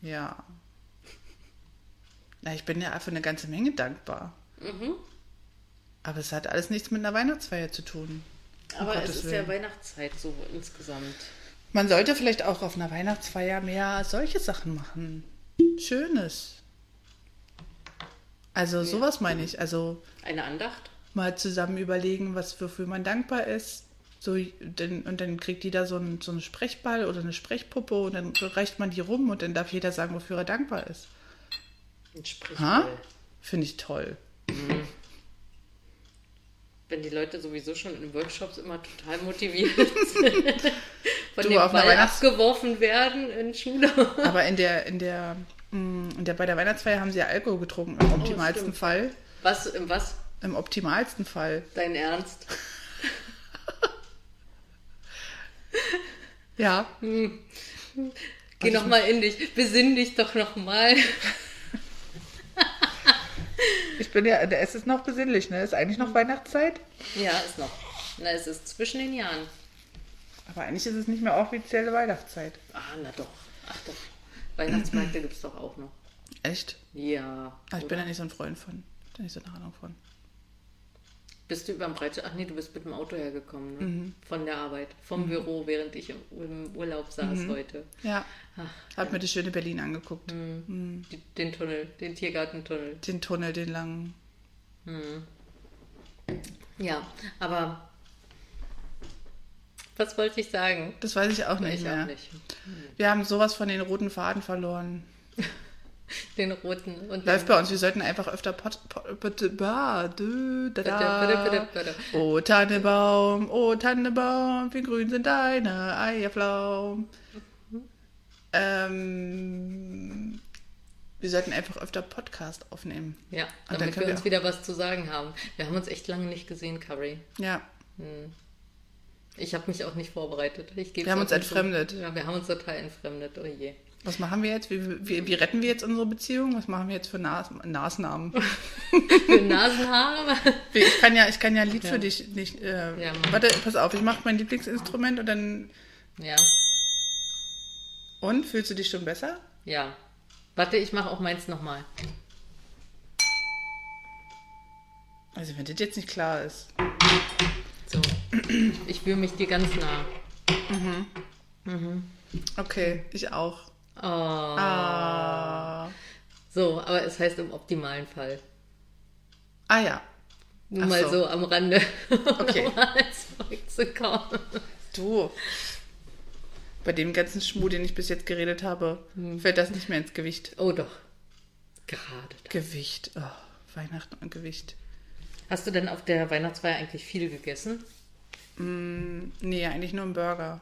S2: ja. Na, ich bin ja für eine ganze Menge dankbar.
S1: Mhm.
S2: Aber es hat alles nichts mit einer Weihnachtsfeier zu tun.
S1: Aber es
S2: Um Gottes
S1: ist ja
S2: Willen.
S1: Weihnachtszeit so insgesamt.
S2: Man sollte vielleicht auch auf einer Weihnachtsfeier mehr solche Sachen machen. Schönes. Also sowas meine ich. Also
S1: Eine Andacht?
S2: mal zusammen überlegen, was wofür man dankbar ist. So, denn, und dann kriegt jeder so einen, so einen Sprechball oder eine Sprechpuppe und dann reicht man die rum und dann darf jeder sagen, wofür er dankbar ist.
S1: Ein
S2: Ha?
S1: Sprichwort.
S2: Finde ich toll.
S1: Wenn die Leute sowieso schon in Workshops immer total motiviert sind, von
S2: Du,
S1: dem
S2: auf einer
S1: Ball
S2: Weihnachts-
S1: abgeworfen werden in Schule.
S2: Aber in der, in der, mh, in der, bei der Weihnachtsfeier haben sie ja Alkohol getrunken, im optimalsten
S1: stimmt.
S2: Fall.
S1: Was, im was?
S2: Im optimalsten Fall.
S1: Dein Ernst?
S2: Ja.
S1: Geh
S2: Also ich
S1: nochmal in dich, besinn dich doch nochmal.
S2: Ich bin ja, es ist noch besinnlich, ne? Ist eigentlich noch Weihnachtszeit.
S1: Ja, ist noch. Na, es ist zwischen den Jahren.
S2: Aber eigentlich ist es nicht mehr offizielle Weihnachtszeit.
S1: Ah, na doch. Ach doch. Weihnachtsmärkte gibt es doch auch noch.
S2: Echt?
S1: Ja.
S2: Aber Ah, ich
S1: oder?
S2: bin da nicht so ein Freund von. Ich bin da nicht so eine Ahnung von.
S1: Bist du über den Breitscheid? Ach nee, du bist mit dem Auto hergekommen. Ne?
S2: Mhm.
S1: Von der Arbeit, vom Büro, während ich im- im Urlaub saß
S2: Mhm.
S1: heute.
S2: Ja.
S1: Ach, hm.
S2: Hab mir das schöne Berlin angeguckt. Mhm.
S1: die, den Tunnel, den Tiergartentunnel.
S2: Den Tunnel, den langen.
S1: Ja, aber was wollte ich sagen?
S2: Das weiß ich auch nicht
S1: Ich
S2: mehr.
S1: auch nicht.
S2: Wir haben sowas von den roten Faden verloren.
S1: Den roten und
S2: Läuft bei uns. Wir sollten einfach öfter Pot, Pot, bitte, ba, dö, da,
S1: Bitte, bitte,
S2: da.
S1: bitte,
S2: Oh Tannebaum, oh Tannebaum, wie grün sind deine Eierflaum. Ähm, wir sollten einfach öfter Podcast aufnehmen.
S1: ja,
S2: dann
S1: damit
S2: können
S1: wir
S2: wir
S1: uns
S2: auch-
S1: wieder was zu sagen haben. Wir haben uns echt lange nicht gesehen, Curry.
S2: Ja,
S1: Ich habe mich auch nicht vorbereitet. Ich geb's
S2: Wir haben
S1: auch
S2: uns
S1: nicht
S2: entfremdet.
S1: zu. Ja, wir haben uns total entfremdet. Oh je.
S2: was machen wir jetzt? Wie, wie, wie retten wir jetzt unsere Beziehung? Was machen wir jetzt für Nas Maßnahmen?
S1: Für Nasenhaare.
S2: Wie, Ich kann ja, ich kann ja ein Lied
S1: Ja.
S2: für dich nicht. Äh,
S1: Ja, mach.
S2: warte, pass auf, ich mache mein Lieblingsinstrument und dann.
S1: ja,
S2: Und fühlst du dich schon besser?
S1: ja. Warte, ich mache auch meins nochmal.
S2: Also wenn das jetzt nicht klar ist.
S1: So. Ich fühle mich dir ganz nah. Mhm.
S2: Okay, ich auch.
S1: Oh.
S2: Ah,
S1: So, aber es heißt im optimalen Fall.
S2: ah ja.
S1: Nur
S2: Ach
S1: mal so.
S2: so.
S1: am Rande.
S2: Okay.
S1: um nochmal zurückzukommen.
S2: Du. Bei dem ganzen Schmuh, den ich bis jetzt geredet habe,
S1: Mhm.
S2: fällt das nicht mehr ins Gewicht.
S1: Oh doch. Gerade. da.
S2: Gewicht. Oh, Weihnachten und Gewicht.
S1: Hast du denn auf der Weihnachtsfeier eigentlich viel gegessen?
S2: Nee, eigentlich nur ein Burger.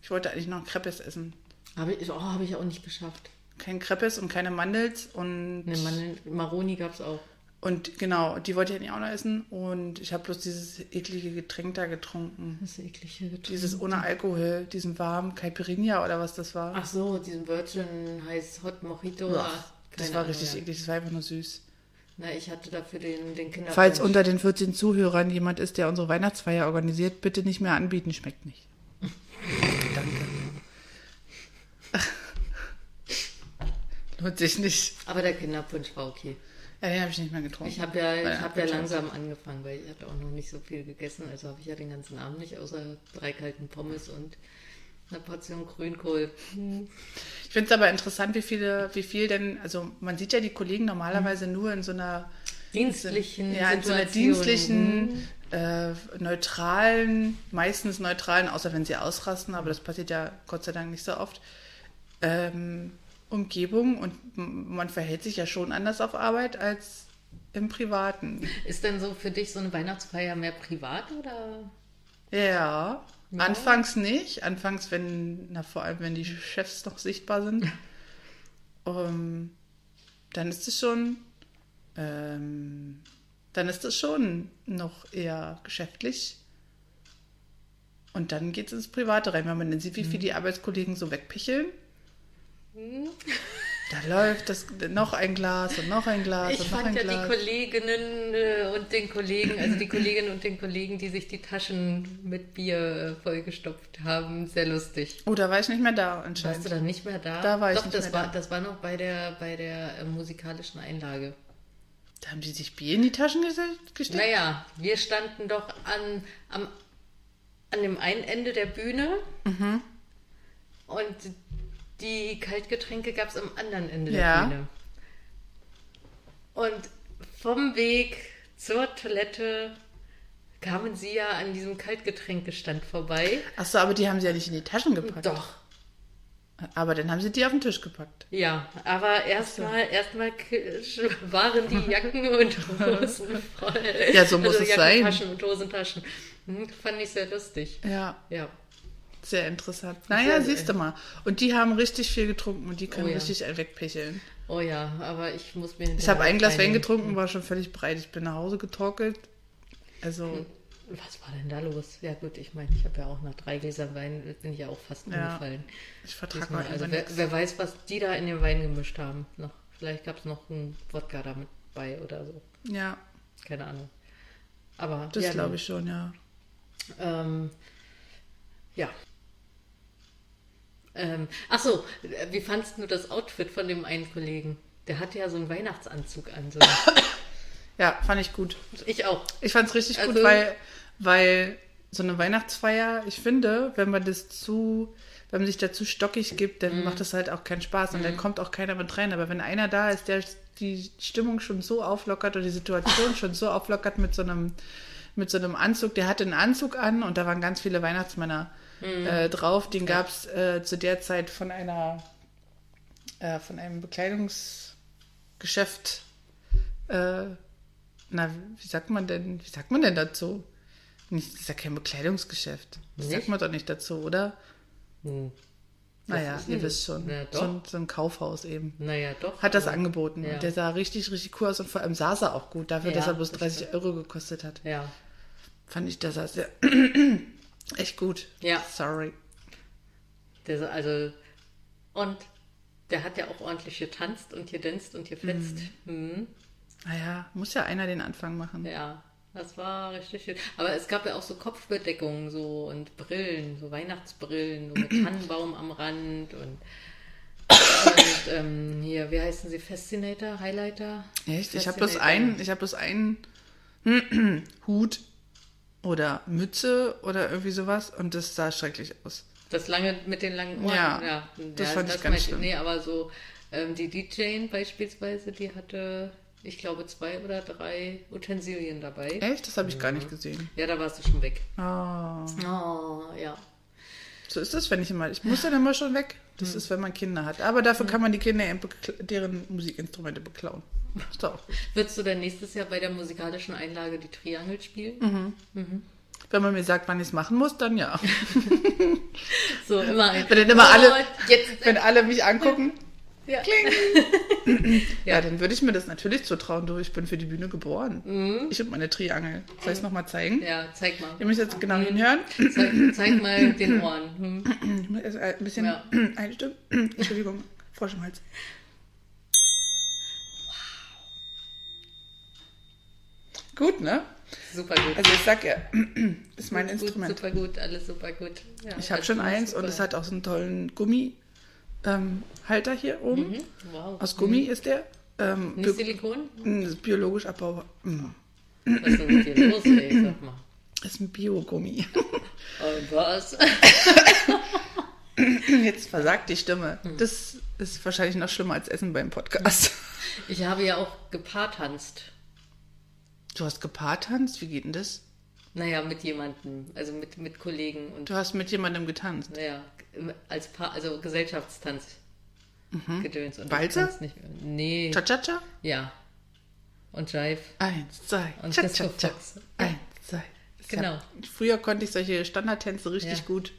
S2: Ich wollte eigentlich noch ein Kreppes essen.
S1: Habe ich, oh, habe ich auch nicht geschafft.
S2: Kein Kreppes und keine Mandels und.
S1: Eine Mandeln, Maroni gab es auch.
S2: Und genau, die wollte ich eigentlich auch noch essen. Und ich habe bloß dieses eklige Getränk da getrunken.
S1: Das eklige Getränk.
S2: Dieses ohne Alkohol, diesen warmen Caipirinha oder was das war.
S1: Ach so, diesen Virgin heiß Hot Mojito.
S2: Uah,
S1: Keine
S2: das war
S1: Ahnung,
S2: richtig
S1: ja.
S2: eklig, das war einfach nur süß.
S1: Na, ich hatte dafür den, den Kinderpunsch.
S2: Falls unter den 14 Zuhörern jemand ist, der unsere Weihnachtsfeier organisiert, bitte nicht mehr anbieten, schmeckt nicht. Danke. Lohnt sich nicht.
S1: Aber der Kinderpunsch war okay.
S2: Ja, den habe ich nicht mehr getrunken.
S1: Ich habe ja, ich
S2: Weihnachten
S1: hab ja
S2: schon.
S1: langsam angefangen, weil ich hatte auch noch nicht so viel gegessen. Also habe ich ja den ganzen Abend nicht, außer drei kalten Pommes und eine Portion Grünkohl.
S2: Ich finde es aber interessant, wie viele, wie viel denn, also man sieht ja die Kollegen normalerweise nur in so einer
S1: Dienstlichen
S2: ja, in so einer
S1: Situationen.
S2: dienstlichen, äh, neutralen, meistens neutralen, außer wenn sie ausrasten, aber das passiert ja Gott sei Dank nicht so oft, ähm, Umgebung und m- man verhält sich ja schon anders auf Arbeit als im Privaten.
S1: Ist denn so für dich so eine Weihnachtsfeier mehr privat oder?
S2: Ja, anfangs nicht, anfangs, wenn, na, vor allem, wenn die Chefs noch sichtbar sind, ähm, dann ist es schon, ähm, dann ist es schon noch eher geschäftlich. Und dann geht es ins Private rein, wenn man dann sieht, wie viel
S1: Mhm.
S2: die Arbeitskollegen so wegpicheln. Da läuft das noch ein Glas und noch ein Glas
S1: Ich
S2: und noch ein
S1: fand ja die
S2: Glas.
S1: Kolleginnen äh, und den Kollegen, also die Kolleginnen und den Kollegen, die sich die Taschen mit Bier äh, vollgestopft haben, sehr lustig.
S2: oh, da war ich nicht mehr da
S1: Warst
S2: anscheinend.
S1: du dann nicht mehr da?
S2: Da war ich
S1: Doch,
S2: nicht
S1: das
S2: mehr
S1: war
S2: da.
S1: das war noch bei der bei der äh, musikalischen Einlage.
S2: Da haben die sich Bier in die Taschen gese- gesteckt?
S1: Naja, wir standen doch an, am, an dem einen Ende der Bühne
S2: Mhm.
S1: und die Kaltgetränke gab es am anderen Ende der
S2: Ja.
S1: Bühne. Und vom Weg zur Toilette kamen sie ja an diesem Kaltgetränkestand vorbei.
S2: Achso, aber die haben sie ja nicht in die Taschen gepackt.
S1: Doch,
S2: Aber dann haben sie die auf den Tisch gepackt.
S1: ja, aber erstmal erstmal k- waren die Jacken und Hosen voll.
S2: Ja, so muss
S1: also
S2: es sein.
S1: Jackentaschen und Hosentaschen. Hm, fand ich sehr lustig.
S2: Ja,
S1: Ja,
S2: sehr interessant. Naja,
S1: Sehr, sehr.
S2: siehst du mal. Und die haben richtig viel getrunken und die können
S1: Oh ja.
S2: richtig einen wegpicheln.
S1: oh ja, aber ich muss mir.
S2: Ich habe ein Glas Wein getrunken, war schon völlig breit. Ich bin nach Hause getorkelt.
S1: Hm.
S2: Also,
S1: Was war denn da los? Ja gut, ich meine, ich habe ja auch nach drei Gläsern Wein bin ich ja auch fast
S2: Ja,
S1: umgefallen.
S2: ich vertrage
S1: Diesmal.
S2: mal
S1: Also wer, wer weiß, was die da in den Wein gemischt haben. Noch, vielleicht gab es noch einen Wodka damit bei oder so.
S2: Ja,
S1: Keine Ahnung. Aber
S2: das
S1: ja,
S2: glaube ich schon, ja.
S1: Ähm, ja. Ähm, Achso, wie fandst du das Outfit von dem einen Kollegen? Der hatte ja so einen Weihnachtsanzug an. So.
S2: Ja, fand ich gut.
S1: Ich auch.
S2: Ich fand es richtig gut,
S1: Also-
S2: weil, weil so eine Weihnachtsfeier, ich finde, wenn man das zu, wenn man sich dazu stockig gibt, dann macht das halt auch keinen Spaß und dann kommt auch keiner mit rein. Aber wenn einer da ist, der die Stimmung schon so auflockert oder die Situation schon so auflockert mit so einem, mit so einem Anzug, der hatte einen Anzug an und da waren ganz viele Weihnachtsmänner äh, drauf. Den gab es äh, zu der Zeit von einer, äh, von einem Bekleidungsgeschäft äh, na, wie sagt man denn, wie sagt man denn dazu? Nicht, das ist ja kein Bekleidungsgeschäft. Das sagt
S1: Nicht?
S2: man doch nicht dazu, oder?
S1: Hm.
S2: Naja,
S1: ist
S2: ihr
S1: nicht.
S2: wisst schon.
S1: Na, doch.
S2: so, ein, so ein Kaufhaus eben.
S1: Naja, doch.
S2: Hat das
S1: aber-
S2: angeboten.
S1: Ja.
S2: Und der sah richtig, richtig cool aus und vor allem saß er auch gut dafür,
S1: Ja,
S2: dass er bloß
S1: das
S2: 30 Euro gekostet hat.
S1: Ja.
S2: Fand ich, der saß ja echt gut.
S1: Ja.
S2: Sorry.
S1: Der, so- also, und der hat ja auch ordentlich getanzt und gedänzt und gefetzt. Mhm.
S2: Naja, muss Ah ja einer den Anfang machen.
S1: Ja, das war richtig schön. Aber es gab ja auch so Kopfbedeckungen so und Brillen, so Weihnachtsbrillen, so mit Tannenbaum am Rand und, und ähm, hier, wie heißen sie? Fascinator, Highlighter?
S2: Echt? Ich habe bloß
S1: Fascinator.
S2: einen, ich habe bloß einen Hut oder Mütze oder irgendwie sowas und das sah schrecklich aus.
S1: Das lange mit den langen Ohren.
S2: Ja,
S1: Ja,
S2: das fand ich ganz
S1: meinte
S2: schlimm.
S1: Nee, aber so ähm, die DJ beispielsweise, die hatte, ich glaube, zwei oder drei Utensilien dabei.
S2: Echt? Das habe ich gar nicht gesehen.
S1: Ja, da warst du schon weg.
S2: Oh.
S1: Oh, ja.
S2: So ist das, wenn ich immer. Ich muss dann immer schon weg. Das
S1: Hm.
S2: ist, wenn man Kinder hat. Aber dafür kann man die Kinder eben bekl- deren Musikinstrumente beklauen. Ist doch. auch gut.
S1: Würdest du denn nächstes Jahr bei der musikalischen Einlage die Triangel spielen?
S2: Mhm. Wenn man mir sagt, wann ich es machen muss, dann ja.
S1: So immer ein.
S2: Wenn dann immer alle-
S1: Und Jetzt,
S2: Wenn alle mich angucken,
S1: ja.
S2: ja, dann würde ich mir das natürlich zutrauen. Du, ich bin für die Bühne geboren.
S1: Mhm.
S2: Ich und meine Triangel. Soll ich es nochmal zeigen?
S1: ja, zeig mal.
S2: Ihr müsst jetzt genau hinhören.
S1: Zeig, zeig mal den Ohren. Hm.
S2: Ich muss erst Ein bisschen
S1: Ja.
S2: einstimmen. Entschuldigung, Frosch im Hals. Gut, ne?
S1: Super gut.
S2: Also ich sag ja, ist mein
S1: Gut,
S2: Instrument.
S1: Super gut, alles super gut. Ja,
S2: Ich habe
S1: also
S2: schon eins
S1: super.
S2: und es hat auch so einen tollen Gummihalter ähm, Halter hier oben.
S1: Hm? Wow.
S2: Aus Gummi ist der. Ähm,
S1: Nicht
S2: bi
S1: Silikon?
S2: mh, ist biologisch abbaubar. Mh,
S1: Was ist denn mit dir los, ey? Sag mal.
S2: Ist ein Biogummi.
S1: Und was?
S2: Jetzt versagt die Stimme.
S1: Hm.
S2: Das ist wahrscheinlich noch schlimmer als Essen beim Podcast.
S1: Ich habe ja auch gepaartanzt.
S2: Du hast gepaartanzt? Wie geht denn das?
S1: Naja, mit jemandem, also mit, mit Kollegen und
S2: Du hast mit jemandem getanzt.
S1: naja, als Paar, also Gesellschaftstanz. Gedöns und
S2: Mhm. Walzer?
S1: ich tanz nicht mehr. Nee.
S2: Cha-cha-cha?
S1: Ja. Und Jive.
S2: Eins, zwei.
S1: Und
S2: Cha,
S1: Disco
S2: cha, cha.
S1: Fox.
S2: Eins, zwei. Ich
S1: Genau.
S2: Hab, früher konnte ich solche Standardtänze richtig
S1: Ja.
S2: gut.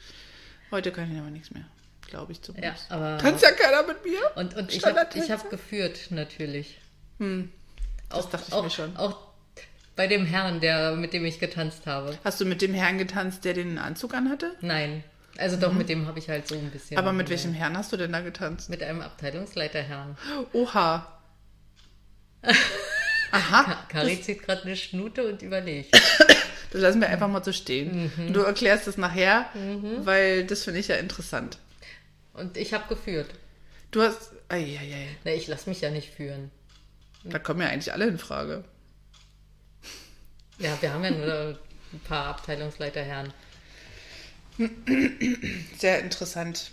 S2: Heute kann ich aber nichts mehr. Glaube ich
S1: Ja,
S2: zumindest.
S1: aber.
S2: Tanzt ja keiner mit mir.
S1: Und, und ich habe
S2: Standardtänze?
S1: ich hab geführt, natürlich.
S2: Das dachte ich
S1: auch,
S2: mir schon.
S1: Auch bei dem Herrn, der, mit dem ich getanzt habe.
S2: Hast du mit dem Herrn getanzt, der den Anzug anhatte?
S1: Nein. Also doch, mit dem habe ich halt so ein bisschen.
S2: Mhm. Aber mit welchem Herrn hast du denn da getanzt?
S1: Mit einem Abteilungsleiterherrn.
S2: Oha. Aha,
S1: Kari zieht gerade eine Schnute und überlegt.
S2: das lassen wir einfach mal so stehen.
S1: Mhm.
S2: Du erklärst es nachher, weil das finde ich ja interessant.
S1: Und ich habe geführt.
S2: Du hast. Eieiei,
S1: Na, ich lasse mich ja nicht führen.
S2: da kommen ja eigentlich alle in Frage.
S1: Ja, wir haben ja nur ein paar Abteilungsleiterherren.
S2: Sehr interessant.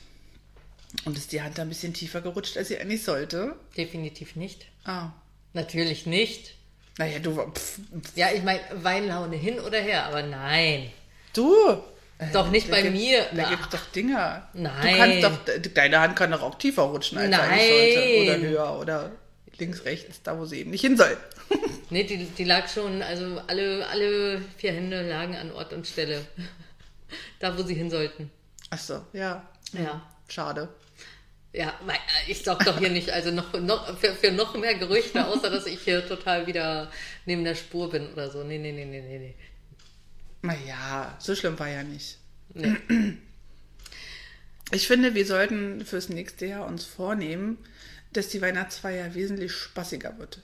S2: Und ist die Hand da ein bisschen tiefer gerutscht, als sie eigentlich sollte?
S1: Definitiv nicht.
S2: Ah.
S1: Natürlich nicht.
S2: Naja, du. war- Pff, pff.
S1: Ja, ich meine, Weinlaune hin oder her, aber nein.
S2: Du!
S1: Doch nicht
S2: Äh, Da
S1: bei
S2: gibt's-
S1: mir.
S2: Da
S1: Na.
S2: gibt's doch Dinger.
S1: Nein.
S2: Du kannst doch, deine Hand kann doch auch tiefer rutschen, als sie eigentlich
S1: Nein.
S2: sollte. Oder höher oder links, rechts, da wo sie eben nicht hin soll.
S1: Nee, die, die lag schon, also alle, alle vier Hände lagen an Ort und Stelle. Da, wo sie hin sollten.
S2: Achso, ja.
S1: Ja.
S2: Schade.
S1: Ja, mei- ich sorge doch hier nicht, also noch, noch für, für noch mehr Gerüchte, außer dass ich hier total wieder neben der Spur bin oder so. Nee, nee, nee, nee, nee, nee.
S2: Naja, so schlimm war ja nicht.
S1: Nee.
S2: Ich finde, wir sollten fürs nächste Jahr uns vornehmen, dass die Weihnachtsfeier wesentlich spaßiger wird.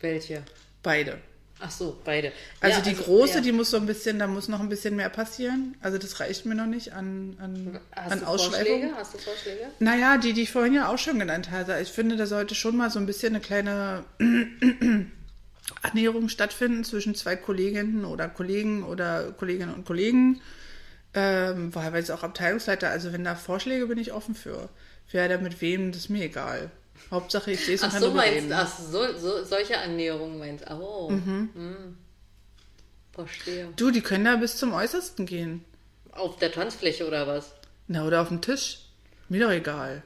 S1: Welche?
S2: Beide.
S1: Ach so, beide.
S2: Also
S1: Ja,
S2: die große,
S1: ja.
S2: die muss so ein bisschen, da muss noch ein bisschen mehr passieren. Also das reicht mir noch nicht an, an,
S1: Hast
S2: an
S1: du
S2: Ausschweifungen.
S1: Vorschläge? Hast du Vorschläge?
S2: Naja, die, die ich vorhin ja auch schon genannt hatte. Ich finde, da sollte schon mal so ein bisschen eine kleine Annäherungen stattfinden zwischen zwei Kolleginnen oder Kollegen oder Kolleginnen und Kollegen. Ähm, wahlweise auch Abteilungsleiter. Also wenn da Vorschläge bin ich offen für. Wer da mit wem, das ist mir egal. Hauptsache ich lese und
S1: Ach
S2: kann
S1: so,
S2: drüber
S1: meinst
S2: reden. Mhm.
S1: du, ach so, so, solche Annäherungen meinst du. Oh, hm. verstehe.
S2: Du, die können da bis zum Äußersten gehen.
S1: Auf der Tanzfläche oder was?
S2: Na, oder auf dem Tisch. Mir doch egal.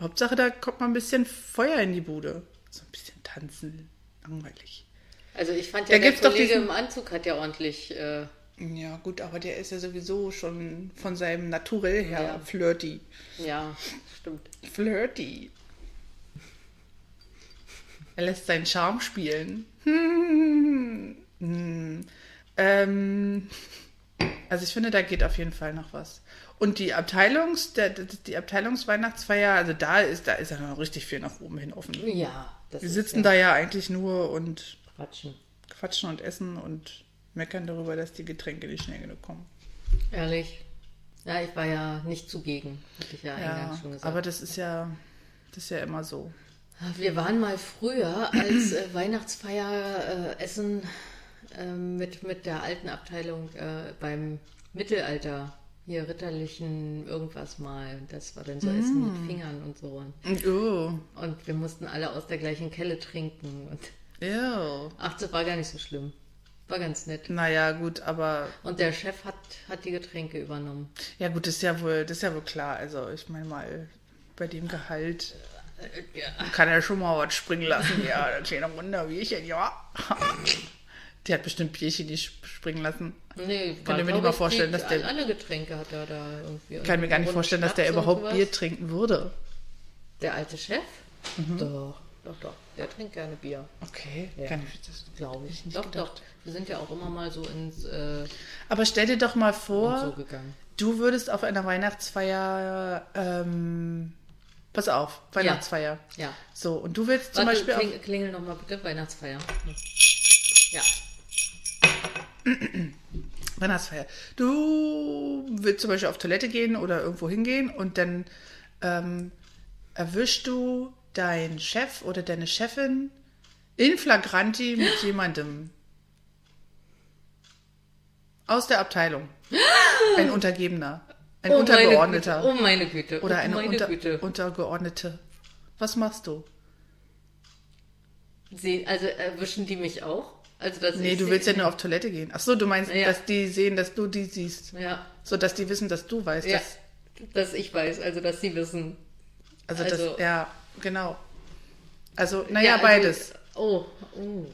S2: Hauptsache, da kommt mal ein bisschen Feuer in die Bude. So ein bisschen tanzen. Langweilig.
S1: Also ich fand ja,
S2: Da
S1: der
S2: gibt's doch
S1: Kollege
S2: diesen-
S1: im Anzug hat ja ordentlich... Äh,
S2: Ja, gut, aber der ist ja sowieso schon von seinem Naturell her
S1: Ja.
S2: flirty.
S1: ja, stimmt.
S2: Flirty. Er lässt seinen Charme spielen. Hm. Hm. Ähm. Also ich finde, da geht auf jeden Fall noch was. Und die Abteilungs, der, der- die Abteilungsweihnachtsfeier, also da ist, da ist ja noch richtig viel nach oben hin offen.
S1: Ja, das
S2: Wir
S1: ist
S2: sitzen
S1: ja
S2: da ja eigentlich nur und
S1: Quatschen.
S2: quatschen und essen und meckern darüber, dass die Getränke nicht schnell genug kommen.
S1: Ehrlich. Ja, ich war ja nicht zugegen, hatte ich ja,
S2: Ja,
S1: eingangs schon gesagt.
S2: aber das ist ja, das ist ja immer so.
S1: Wir waren mal früher als äh, Weihnachtsfeier äh, essen ähm, mit, mit der alten Abteilung äh, beim Mittelalter. Hier ritterlichen irgendwas mal. Das war dann so Essen
S2: Mm.
S1: mit Fingern und so. Und,
S2: Oh,
S1: und wir mussten alle aus der gleichen Kelle trinken. Und,
S2: ew.
S1: ach, das war gar nicht so schlimm. War ganz nett.
S2: Naja, gut, aber
S1: Und der Chef hat, hat die Getränke übernommen.
S2: ja gut, das ist ja wohl, das ist ja wohl klar. Also ich meine mal, bei dem Gehalt
S1: Äh,
S2: kann er schon mal was springen lassen. Ja, ein kleiner Wunder, Bierchen, ja. Der hat bestimmt Bierchen nicht springen lassen.
S1: Nee,
S2: Könnt ihr mir
S1: glaub
S2: nicht mal
S1: ich,
S2: vorstellen,
S1: die,
S2: dass der-
S1: Alle Getränke hat er da irgendwie.
S2: Ich kann mir gar nicht vorstellen, dass der überhaupt Bier trinken würde.
S1: Der alte Chef? Doch, doch, doch. Der trinkt gerne Bier,
S2: Okay,
S1: Ja.
S2: kann ich das
S1: glaube ich.
S2: Ich nicht
S1: doch,
S2: gedacht.
S1: doch. Wir sind ja auch immer mal so ins äh,
S2: Aber stell dir doch mal
S1: und
S2: vor,
S1: so gegangen.
S2: du würdest auf einer Weihnachtsfeier, ähm, pass auf, Weihnachtsfeier.
S1: Ja.
S2: So, und du willst zum
S1: Warte,
S2: Beispiel
S1: kling, klingel nochmal bitte, Weihnachtsfeier. Ja.
S2: auf Weihnachtsfeier. Du willst zum Beispiel auf Toilette gehen oder irgendwo hingehen und dann ähm, erwischst du deinen Chef oder deine Chefin in flagranti mit jemandem aus der Abteilung. Ein Untergebener, ein
S1: Meine Oh,
S2: Untergeordneter.
S1: Güte. Oh meine Güte.
S2: Oder
S1: oh
S2: eine
S1: meine
S2: unter,
S1: Güte.
S2: Untergeordnete. Was machst du?
S1: Sehen, also erwischen die mich auch? Also, dass
S2: Nee,
S1: ich
S2: du
S1: sie-
S2: willst ja nur auf Toilette gehen. Ach so, du meinst,
S1: Ja.
S2: dass die sehen, dass du die siehst.
S1: Ja,
S2: So, dass die wissen, dass du weißt.
S1: ja.
S2: Dass,
S1: Dass ich weiß, also dass sie wissen.
S2: also,
S1: Also-
S2: das, ja, genau. Also, naja,
S1: also-
S2: beides.
S1: Oh, oh.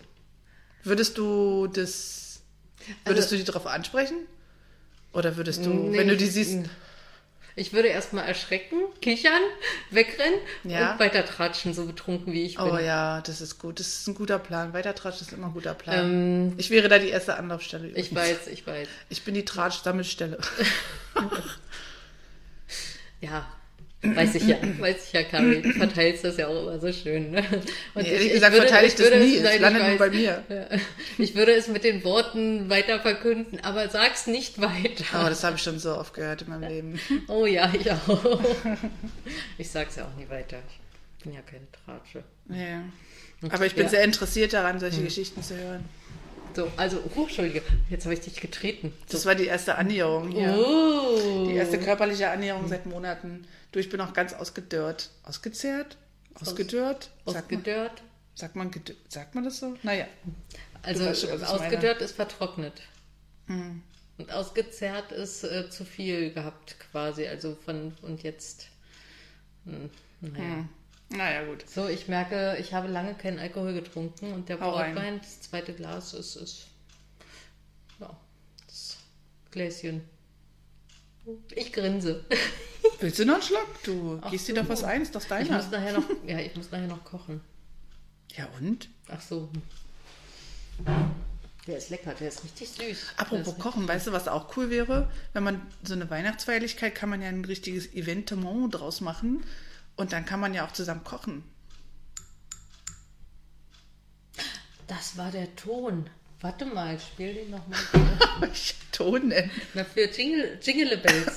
S2: Würdest du das, würdest du die darauf ansprechen? Oder würdest du,
S1: Also Nee,
S2: wenn du die
S1: ich-
S2: siehst,
S1: Ich würde erstmal erschrecken, kichern, wegrennen
S2: Ja.
S1: und weiter tratschen, so betrunken wie ich bin.
S2: oh ja, das ist gut, das ist ein guter Plan. Weitertratsch ist immer ein guter Plan.
S1: ähm,
S2: ich wäre da die erste Anlaufstelle.
S1: ich
S2: übrigens.
S1: weiß, ich weiß.
S2: Ich bin die Tratsch-Sammelstelle.
S1: Ja, weiß ich ja, weiß ich ja, Karin. Du verteilst das ja auch immer so schön. Ne? Und
S2: Nee, ehrlich gesagt verteile ich das nie. Es
S1: nein, ich
S2: landet nur
S1: weiß.
S2: bei mir.
S1: Ja. Ich würde es mit den Worten weiter verkünden, aber sag's nicht
S2: Aber
S1: weiter.
S2: Oh, das habe ich schon so oft gehört in meinem Leben.
S1: Oh ja, ich auch. Ich sag's ja auch nie weiter. Ich bin ja keine Tratsche.
S2: Ja. Aber ich bin
S1: Ja. Hm.
S2: sehr interessiert daran, solche Geschichten zu hören.
S1: So, also, oh, Entschuldige, jetzt habe ich dich getreten.
S2: Das war die erste Annäherung hier.
S1: Oh.
S2: Die erste körperliche Annäherung seit Monaten. Du, ich bin auch ganz ausgedörrt. Ausgezehrt? Ausgedörrt? Sagt man,
S1: Ausgedörrt.
S2: sagt, man, gedö- sagt man das so? Naja.
S1: Also
S2: Du weißt schon, was ich Hm.
S1: ausgedörrt ist vertrocknet. Und ausgezerrt ist äh, zu viel gehabt quasi. Also von und jetzt. Hm, naja.
S2: Naja, gut.
S1: So, ich merke, ich habe lange keinen Alkohol getrunken und der
S2: Hau rein.
S1: Portwein, das zweite Glas, ist, ist ja, das Gläschen. Ich grinse.
S2: Willst du noch einen Schluck? Du gießt dir doch was ein, ist doch
S1: Ich muss
S2: deiner.
S1: nachher noch, ja, ich muss nachher noch kochen.
S2: Ja und?
S1: Ach so. Der ist lecker, der ist richtig süß.
S2: Apropos Kochen, weißt du, was auch cool wäre? Wenn man so eine Weihnachtsfeierlichkeit, kann man ja ein richtiges Eventement draus machen. Und dann kann man ja auch zusammen kochen.
S1: Das war der Ton. Warte mal, spiel den nochmal.
S2: Welchen Ton ne? denn?
S1: Na, für Jingle, Jingle Bells.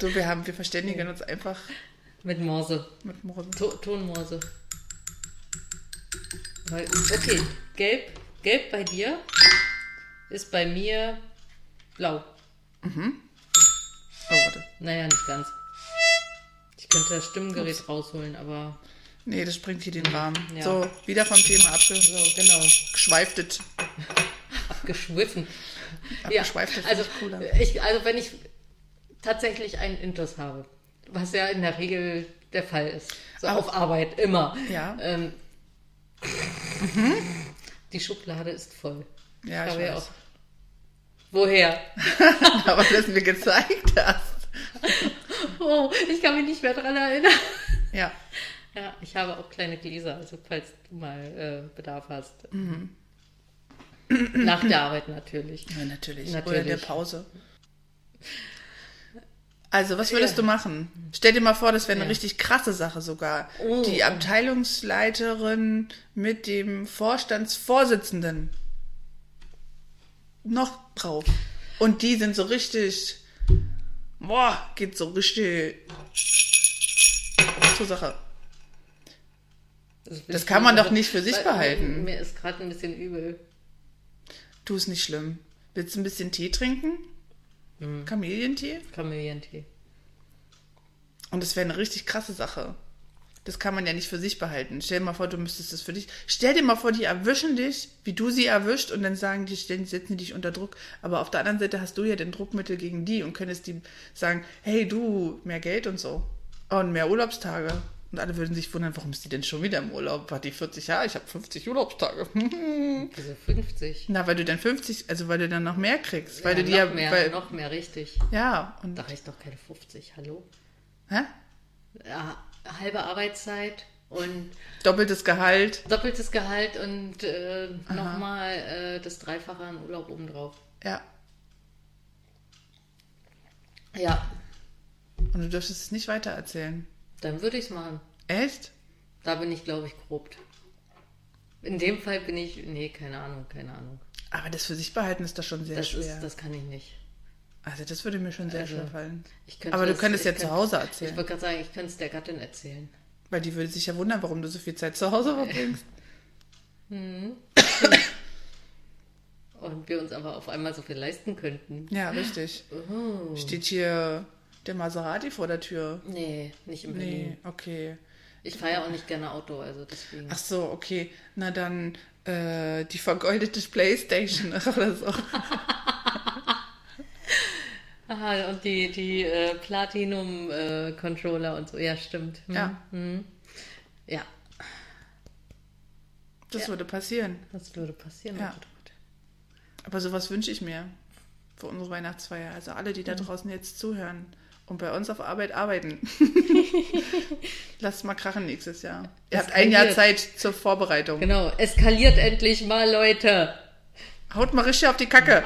S2: So, wir haben, wir verständigen uns einfach
S1: Mit Morse.
S2: mit Morse.
S1: To Tonmorse. Weil- Okay, gelb. Gelb bei dir ist bei mir blau.
S2: Oh, warte.
S1: Naja, nicht ganz. Ich könnte das Stimmgerät rausholen, aber
S2: Nee, das springt hier den Rahmen.
S1: Ja.
S2: So, wieder vom Thema
S1: so, genau.
S2: abgeschweiftet.
S1: Abgeschwiffen.
S2: Abgeschweift ist
S1: also,
S2: nicht cooler.
S1: ich, also wenn ich tatsächlich einen Intus habe, was ja in der Regel der Fall ist, so
S2: Ach.
S1: auf Arbeit immer.
S2: Ja. Mhm.
S1: Ähm, Die Schublade ist voll.
S2: Ja,
S1: Habe
S2: ich
S1: ja
S2: weiß.
S1: Woher?
S2: Aber das mir gezeigt hast.
S1: Oh, ich kann mich nicht mehr dran erinnern.
S2: Ja,
S1: Ja, ich habe auch kleine Gläser, also falls du mal äh, Bedarf hast.
S2: Mhm.
S1: Nach der Arbeit natürlich.
S2: ja natürlich. Oder in
S1: Natürlich.
S2: der Pause. Also, was würdest du machen? Stell dir mal vor, das wäre eine
S1: Ja.
S2: richtig krasse Sache sogar.
S1: Oh.
S2: Die Abteilungsleiterin mit dem Vorstandsvorsitzenden noch drauf. Und die sind so richtig, boah, geht so richtig zur Sache.
S1: Also bin
S2: Das
S1: ich
S2: kann man
S1: mir-
S2: doch nicht für sich
S1: Weil-
S2: behalten.
S1: Mir ist gerade ein bisschen übel.
S2: Du ist nicht schlimm. Willst du ein bisschen Tee trinken?
S1: Mhm.
S2: Kamelientee?
S1: Kamillentee.
S2: Und das wäre eine richtig krasse Sache. Das kann man ja nicht für sich behalten. Stell dir mal vor, du müsstest das für dich. Stell dir mal vor, die erwischen dich, wie du sie erwischt, und dann sagen die, stellen, setzen die dich unter Druck. Aber auf der anderen Seite hast du ja den Druckmittel gegen die und könntest die sagen, hey du, mehr Geld und so. Und mehr Urlaubstage. Und alle würden sich wundern, warum ist die denn schon wieder im Urlaub? War die 40 Jahre? Ich habe 50 Urlaubstage.
S1: Diese 50.
S2: Na, weil du dann 50, also weil du dann noch mehr kriegst. Weil
S1: ja,
S2: du
S1: noch
S2: dir ja-
S1: mehr,
S2: weil,
S1: noch mehr richtig.
S2: Ja, und.
S1: Da reicht doch keine 50, hallo?
S2: Hä?
S1: Ja, halbe Arbeitszeit und
S2: Doppeltes Gehalt.
S1: doppeltes Gehalt und äh, nochmal äh, das Dreifache an Urlaub obendrauf.
S2: Ja.
S1: Ja,
S2: Und du dürftest es nicht weitererzählen.
S1: dann würde ich es machen.
S2: Echt?
S1: Da bin ich, glaube ich, korrupt. In dem Fall bin ich, nee, keine Ahnung, keine Ahnung.
S2: Aber das für sich behalten ist doch schon sehr
S1: Das,
S2: schwer.
S1: ist, das kann ich nicht.
S2: also das würde mir schon sehr
S1: Also,
S2: schwer fallen.
S1: Ich könnte
S2: Aber du
S1: das-
S2: könntest
S1: ich
S2: ja
S1: könnte-
S2: zu Hause
S1: Ich
S2: erzählen.
S1: wollte gerade sagen, ich könnte es der Gattin erzählen.
S2: Weil die würde sich ja wundern, warum du so viel Zeit zu Hause verbringst.
S1: Und wir uns aber auf einmal so viel leisten könnten.
S2: ja, richtig.
S1: Oh.
S2: Steht hier der Maserati vor der Tür.
S1: Nee, nicht in Berlin.
S2: Nee, okay.
S1: Ich fahre ja auch nicht gerne Auto, also deswegen.
S2: Ach so, okay. Na dann äh, die vergoldete Playstation oder so.
S1: Aha, und die, die äh, Platinum-Controller und so. Ja, stimmt. Hm.
S2: Ja,
S1: Hm. Ja,
S2: das würde passieren.
S1: das würde passieren.
S2: Ja. Aber sowas wünsche ich mir für unsere Weihnachtsfeier. Also alle, die da draußen jetzt zuhören und bei uns auf Arbeit arbeiten. Lasst mal krachen nächstes Jahr. Ihr habt ein Jahr
S1: Eskaliert.
S2: Zeit zur Vorbereitung.
S1: Genau, eskaliert endlich mal, Leute.
S2: Haut mal richtig auf die Kacke.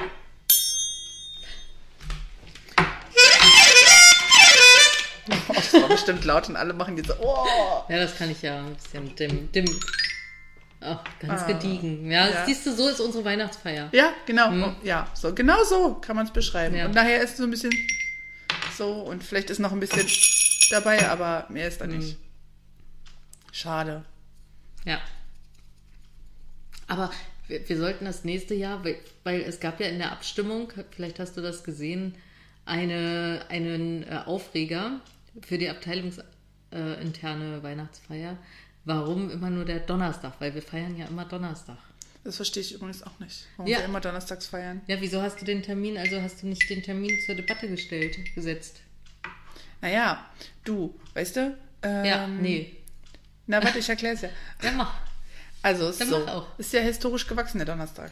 S2: Oh, das war bestimmt laut und alle machen jetzt so. Oh.
S1: Ja, das kann ich ja ein bisschen dim, dim. Ach, ganz
S2: Ah,
S1: gediegen. Ja,
S2: ja.
S1: siehst du, so ist unsere Weihnachtsfeier.
S2: Ja, genau.
S1: Hm.
S2: Ja, so genau so kann man es beschreiben.
S1: Ja.
S2: Und nachher ist so ein bisschen so und vielleicht ist noch ein bisschen dabei, aber mehr ist da
S1: Hm.
S2: nicht. Schade.
S1: Ja. Aber wir, wir sollten das nächste Jahr, weil, weil es gab ja in der Abstimmung, vielleicht hast du das gesehen, eine, einen äh, Aufreger für die abteilungsinterne äh, interne Weihnachtsfeier. Warum immer nur der Donnerstag? Weil wir feiern ja immer Donnerstag.
S2: Das verstehe ich übrigens auch nicht. Warum
S1: Ja.
S2: wir immer donnerstags feiern.
S1: Ja, wieso hast du den Termin, also hast du nicht den Termin zur Debatte gestellt, gesetzt?
S2: Naja, du, weißt du? Ähm,
S1: Ja, nee.
S2: Na, warte, ich erkläre es ja.
S1: Ja, mach.
S2: Also, es
S1: Dann
S2: ist, so,
S1: mach auch. Ah.
S2: ist ja historisch gewachsen, der Donnerstag.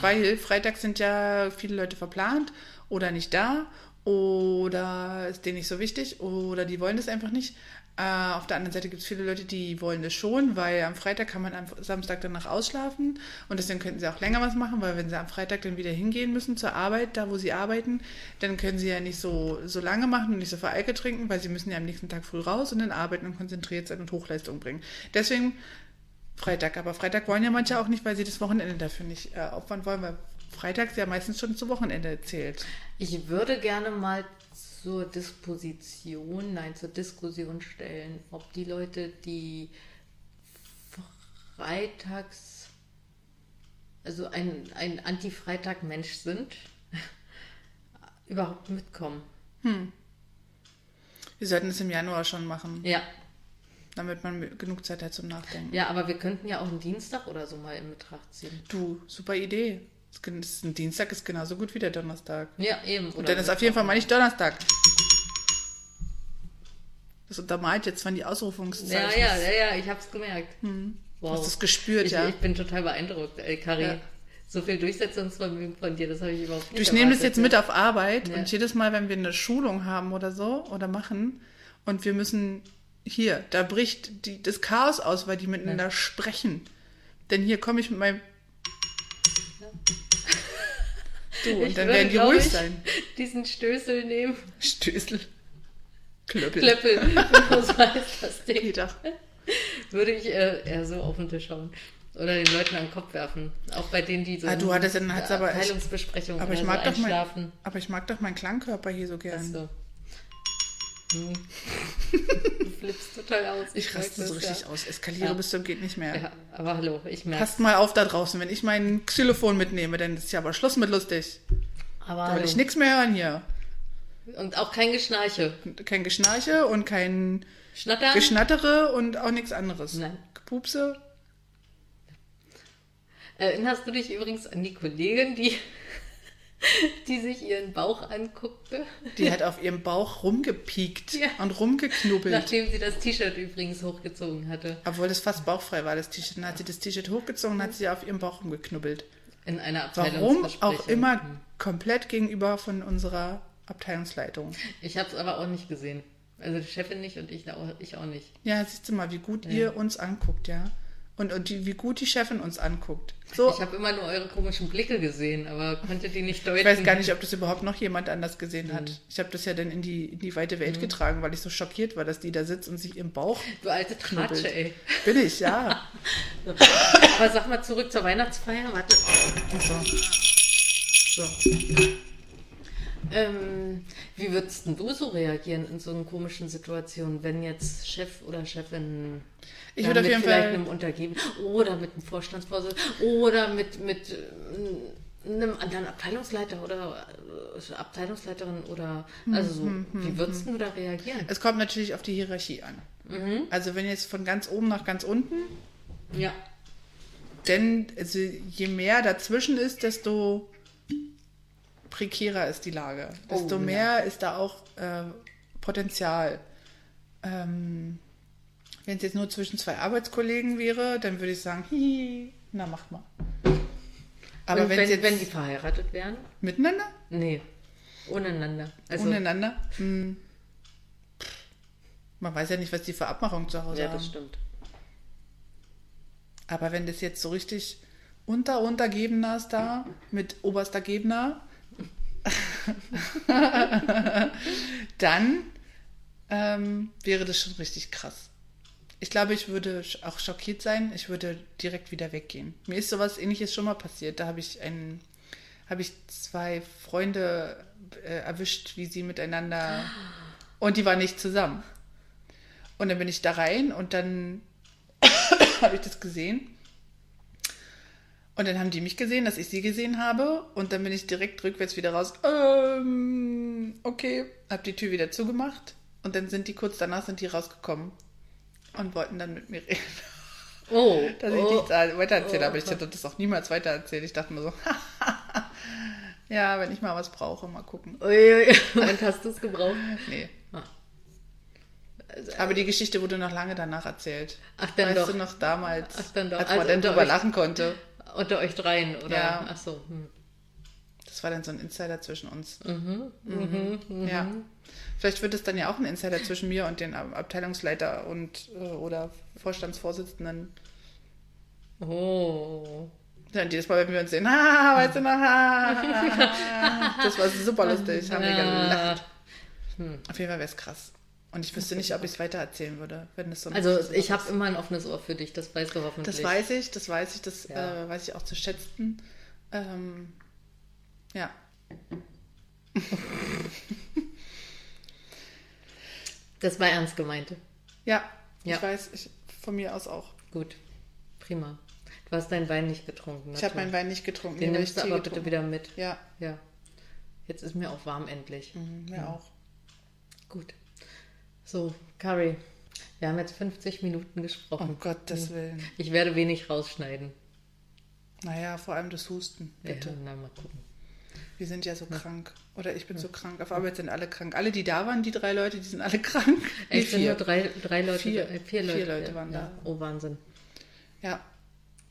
S2: Weil Freitag sind ja viele Leute verplant oder nicht da oder ist denen nicht so wichtig oder die wollen das einfach nicht. Äh, auf der anderen Seite gibt es viele Leute, die wollen das schon, weil am Freitag kann man am Samstag danach ausschlafen und deswegen könnten sie auch länger was machen, weil wenn sie am Freitag dann wieder hingehen müssen zur Arbeit, da wo sie arbeiten, dann können sie ja nicht so, so lange machen und nicht so viel Alkohol trinken, weil sie müssen ja am nächsten Tag früh raus und dann arbeiten und konzentriert sein und Hochleistung bringen. Deswegen Freitag, aber Freitag wollen ja manche auch nicht, weil sie das Wochenende dafür nicht äh, opfern wollen, weil Freitags ja meistens schon zu Wochenende zählt.
S1: Ich würde gerne mal zur Disposition, nein, zur Diskussion stellen, ob die Leute, die freitags, also ein, ein Anti-Freitag-Mensch sind, überhaupt mitkommen.
S2: Wir sollten es im Januar schon machen,
S1: Ja,
S2: damit man genug Zeit hat zum Nachdenken.
S1: ja, aber wir könnten ja auch einen Dienstag oder so mal in Betracht ziehen.
S2: Du, super Idee. Es gen- es ist Ein Dienstag ist genauso gut wie der Donnerstag.
S1: Ja, eben. Oder
S2: Und dann ist auf jeden Fall mal nicht Donnerstag. Das untermalt jetzt, wann die Ausrufungszeichen.
S1: ja, ja, ja, ja, ich hab's gemerkt. Wow.
S2: Hast du es gespürt,
S1: ich,
S2: ja?
S1: ich bin total beeindruckt, ey, Kari.
S2: Ja.
S1: So viel Durchsetzungsvermögen von dir, das habe ich überhaupt nicht
S2: Du, ich nehme das
S1: erwartet,
S2: jetzt mit auf Arbeit
S1: Ja.
S2: und jedes Mal, wenn wir eine Schulung haben oder so oder machen und wir müssen hier, da bricht die, das Chaos aus, weil die miteinander sprechen. Denn hier komme ich mit meinem. Du, und
S1: Ich
S2: dann
S1: würde,
S2: werden die
S1: glaub
S2: ruhig
S1: ich,
S2: sein.
S1: Diesen Stößel nehmen,
S2: Stößel. Klöppel.
S1: Klöppel, Genau so heißt das Ding.
S2: Peter.
S1: Würde ich äh, eher so auf den Tisch hauen. Oder den Leuten an den Kopf werfen. Auch bei denen, die so
S2: Ah, du hattest- dann hat's aber- ich-
S1: Teilungsbesprechungen
S2: Aber ich,
S1: oder
S2: mag
S1: so
S2: doch mein,
S1: also einschlafen.
S2: aber ich mag doch meinen Klangkörper hier so gern.
S1: Achso. Hm. Du flippst total aus.
S2: Ich
S1: merk
S2: raste
S1: das,
S2: so richtig
S1: ja.
S2: aus, eskaliere
S1: Ja.
S2: bis zum geht nicht mehr.
S1: Ja, aber hallo, ich merke
S2: Passt mal auf da draußen, wenn ich mein Xylophon mitnehme, dann ist ja aber Schluss mit lustig.
S1: Aber
S2: Da will
S1: hallo.
S2: ich nichts mehr hören hier.
S1: Und auch kein Geschnarche.
S2: Kein Geschnarche und kein
S1: Schnattern?
S2: Geschnattere und auch nichts anderes.
S1: Nein.
S2: Gepupse?
S1: Erinnerst du dich übrigens an die Kollegin, die, die sich ihren Bauch anguckte,
S2: Die hat auf ihrem Bauch rumgepiekt
S1: Ja.
S2: und rumgeknubbelt.
S1: nachdem sie das T-Shirt übrigens hochgezogen hatte?
S2: Obwohl das fast bauchfrei war, das T-Shirt. Dann hat sie das T-Shirt hochgezogen und hat sie auf ihrem Bauch rumgeknubbelt.
S1: In einer
S2: Warum
S1: Abteilungsbesprechung.
S2: auch
S1: Hm.
S2: immer komplett gegenüber von unserer Abteilungsleitung.
S1: Hm. Ich habe es aber auch nicht gesehen. Also die Chefin nicht und ich auch, ich auch nicht.
S2: Ja, siehst du mal, wie gut ihr uns anguckt, ja. Und, und die, wie gut die Chefin uns anguckt. So,
S1: Ich habe immer nur eure komischen Blicke gesehen, aber konnte die nicht deuten.
S2: ich weiß gar nicht, ob das überhaupt noch jemand anders gesehen hat. Ich habe das ja dann in die, in die weite Welt getragen, weil ich so schockiert war, dass die da sitzt und sich im Bauch
S1: Du alte Tratsche,
S2: knubbelt.
S1: ey.
S2: Bin ich, ja.
S1: Aber sag mal zurück zur Weihnachtsfeier. Warte.
S2: Ach so.
S1: So. Ähm, wie würdest denn du so reagieren in so einer komischen Situation, wenn jetzt Chef oder Chefin
S2: Ich
S1: ja,
S2: würde auf
S1: mit
S2: jeden
S1: vielleicht
S2: Fall-
S1: einem Untergebenen oder mit einem Vorstandsvorsitzenden oder mit, mit ähm, einem anderen Abteilungsleiter oder äh, Abteilungsleiterin oder
S2: Hm,
S1: also so, wie würdest du da reagieren?
S2: Es kommt natürlich auf die Hierarchie an. Also wenn jetzt von ganz oben nach ganz unten,
S1: Ja,
S2: denn also je mehr dazwischen ist, desto prekärer ist die Lage.
S1: Oh,
S2: Desto
S1: ja.
S2: mehr ist da auch äh, Potenzial. Ähm, Wenn es jetzt nur zwischen zwei Arbeitskollegen wäre, dann würde ich sagen, hihi, na mach mal. Aber
S1: Und
S2: wenn,
S1: wenn,
S2: jetzt
S1: wenn die verheiratet wären?
S2: miteinander,
S1: Nee, ohneinander. Also,
S2: untereinander, hm, man weiß ja nicht, was die für Abmachung zu Hause
S1: ja,
S2: haben.
S1: das stimmt.
S2: Aber wenn das jetzt so richtig unter Untergebener ist da mit oberster Gebner, dann ähm, wäre das schon richtig krass. Ich glaube, ich würde sch- auch schockiert sein. Ich würde direkt wieder weggehen. Mir ist sowas ähnliches schon mal passiert. Da habe ich einen, habe ich zwei Freunde äh, erwischt, wie sie miteinander und die waren nicht zusammen. Und dann bin ich da rein und dann habe ich das gesehen. Und dann haben die mich gesehen, dass ich sie gesehen habe. Und dann bin ich direkt rückwärts wieder raus. Ähm, okay. Hab die Tür wieder zugemacht. Und dann sind die kurz danach sind die rausgekommen und wollten dann mit mir reden.
S1: Oh,
S2: Dass ich
S1: oh.
S2: nichts weitererzähle,
S1: Oh,
S2: aber ich hätte das auch niemals weitererzählt. Ich dachte mir so, ja, wenn ich mal was brauche, mal gucken.
S1: Uiuiui. Und hast du es gebraucht?
S2: Nee.
S1: Ah.
S2: Aber die Geschichte wurde noch lange danach erzählt.
S1: Ach, dann
S2: weißt
S1: doch.
S2: du noch damals,
S1: Ach, dann doch.
S2: als man
S1: Also
S2: dann
S1: unter
S2: drüber
S1: euch-
S2: lachen konnte.
S1: Unter euch dreien, oder?
S2: Ja.
S1: Ach so. Hm.
S2: Das war dann so ein Insider zwischen uns.
S1: Mhm,
S2: Mhm. Ja. Vielleicht wird es dann ja auch ein Insider zwischen mir und den Ab- Abteilungsleiter und äh, oder Vorstandsvorsitzenden.
S1: Oh.
S2: Ja, und jedes Mal, wenn wir uns sehen, ha, weißt du noch, ha, das war super lustig, haben wir gelacht.
S1: Hm.
S2: Auf jeden Fall wäre es krass. Und ich wüsste nicht, ob ich es weitererzählen würde, wenn es so eine
S1: Also
S2: große
S1: ich
S2: Sache
S1: habe immer ein offenes Ohr für dich, das weißt du hoffentlich.
S2: Das weiß ich, das weiß ich, das
S1: Ja.
S2: äh, weiß ich auch zu schätzen. Ähm, ja.
S1: Das war ernst gemeint.
S2: Ja,
S1: Ja.
S2: ich weiß, ich, von mir aus auch.
S1: Gut, prima. Du hast deinen Wein nicht getrunken.
S2: Ich habe meinen
S1: natürlich.
S2: Wein nicht getrunken.
S1: Den
S2: nee,
S1: nimmst du
S2: weil ich
S1: aber
S2: Tee
S1: bitte
S2: getrunken.
S1: wieder mit.
S2: Ja,
S1: Ja. Jetzt ist mir auch warm endlich.
S2: mhm, mir auch.
S1: Gut. So, Carrie, wir haben jetzt 50 Minuten
S2: Um
S1: gesprochen.
S2: Gottes Willen.
S1: Ich werde wenig rausschneiden.
S2: Naja, vor allem das Husten, bitte.
S1: Ja, na, mal gucken.
S2: Wir sind ja so krank. Oder ich bin so krank. Auf Arbeit sind alle krank. Alle, die da waren, die drei Leute, die sind alle krank. Nee,
S1: Echt, sind nur drei, drei Leute,
S2: Vier.
S1: äh, vier Leute,
S2: Vier Leute waren
S1: ja. Oh, Wahnsinn.
S2: Ja,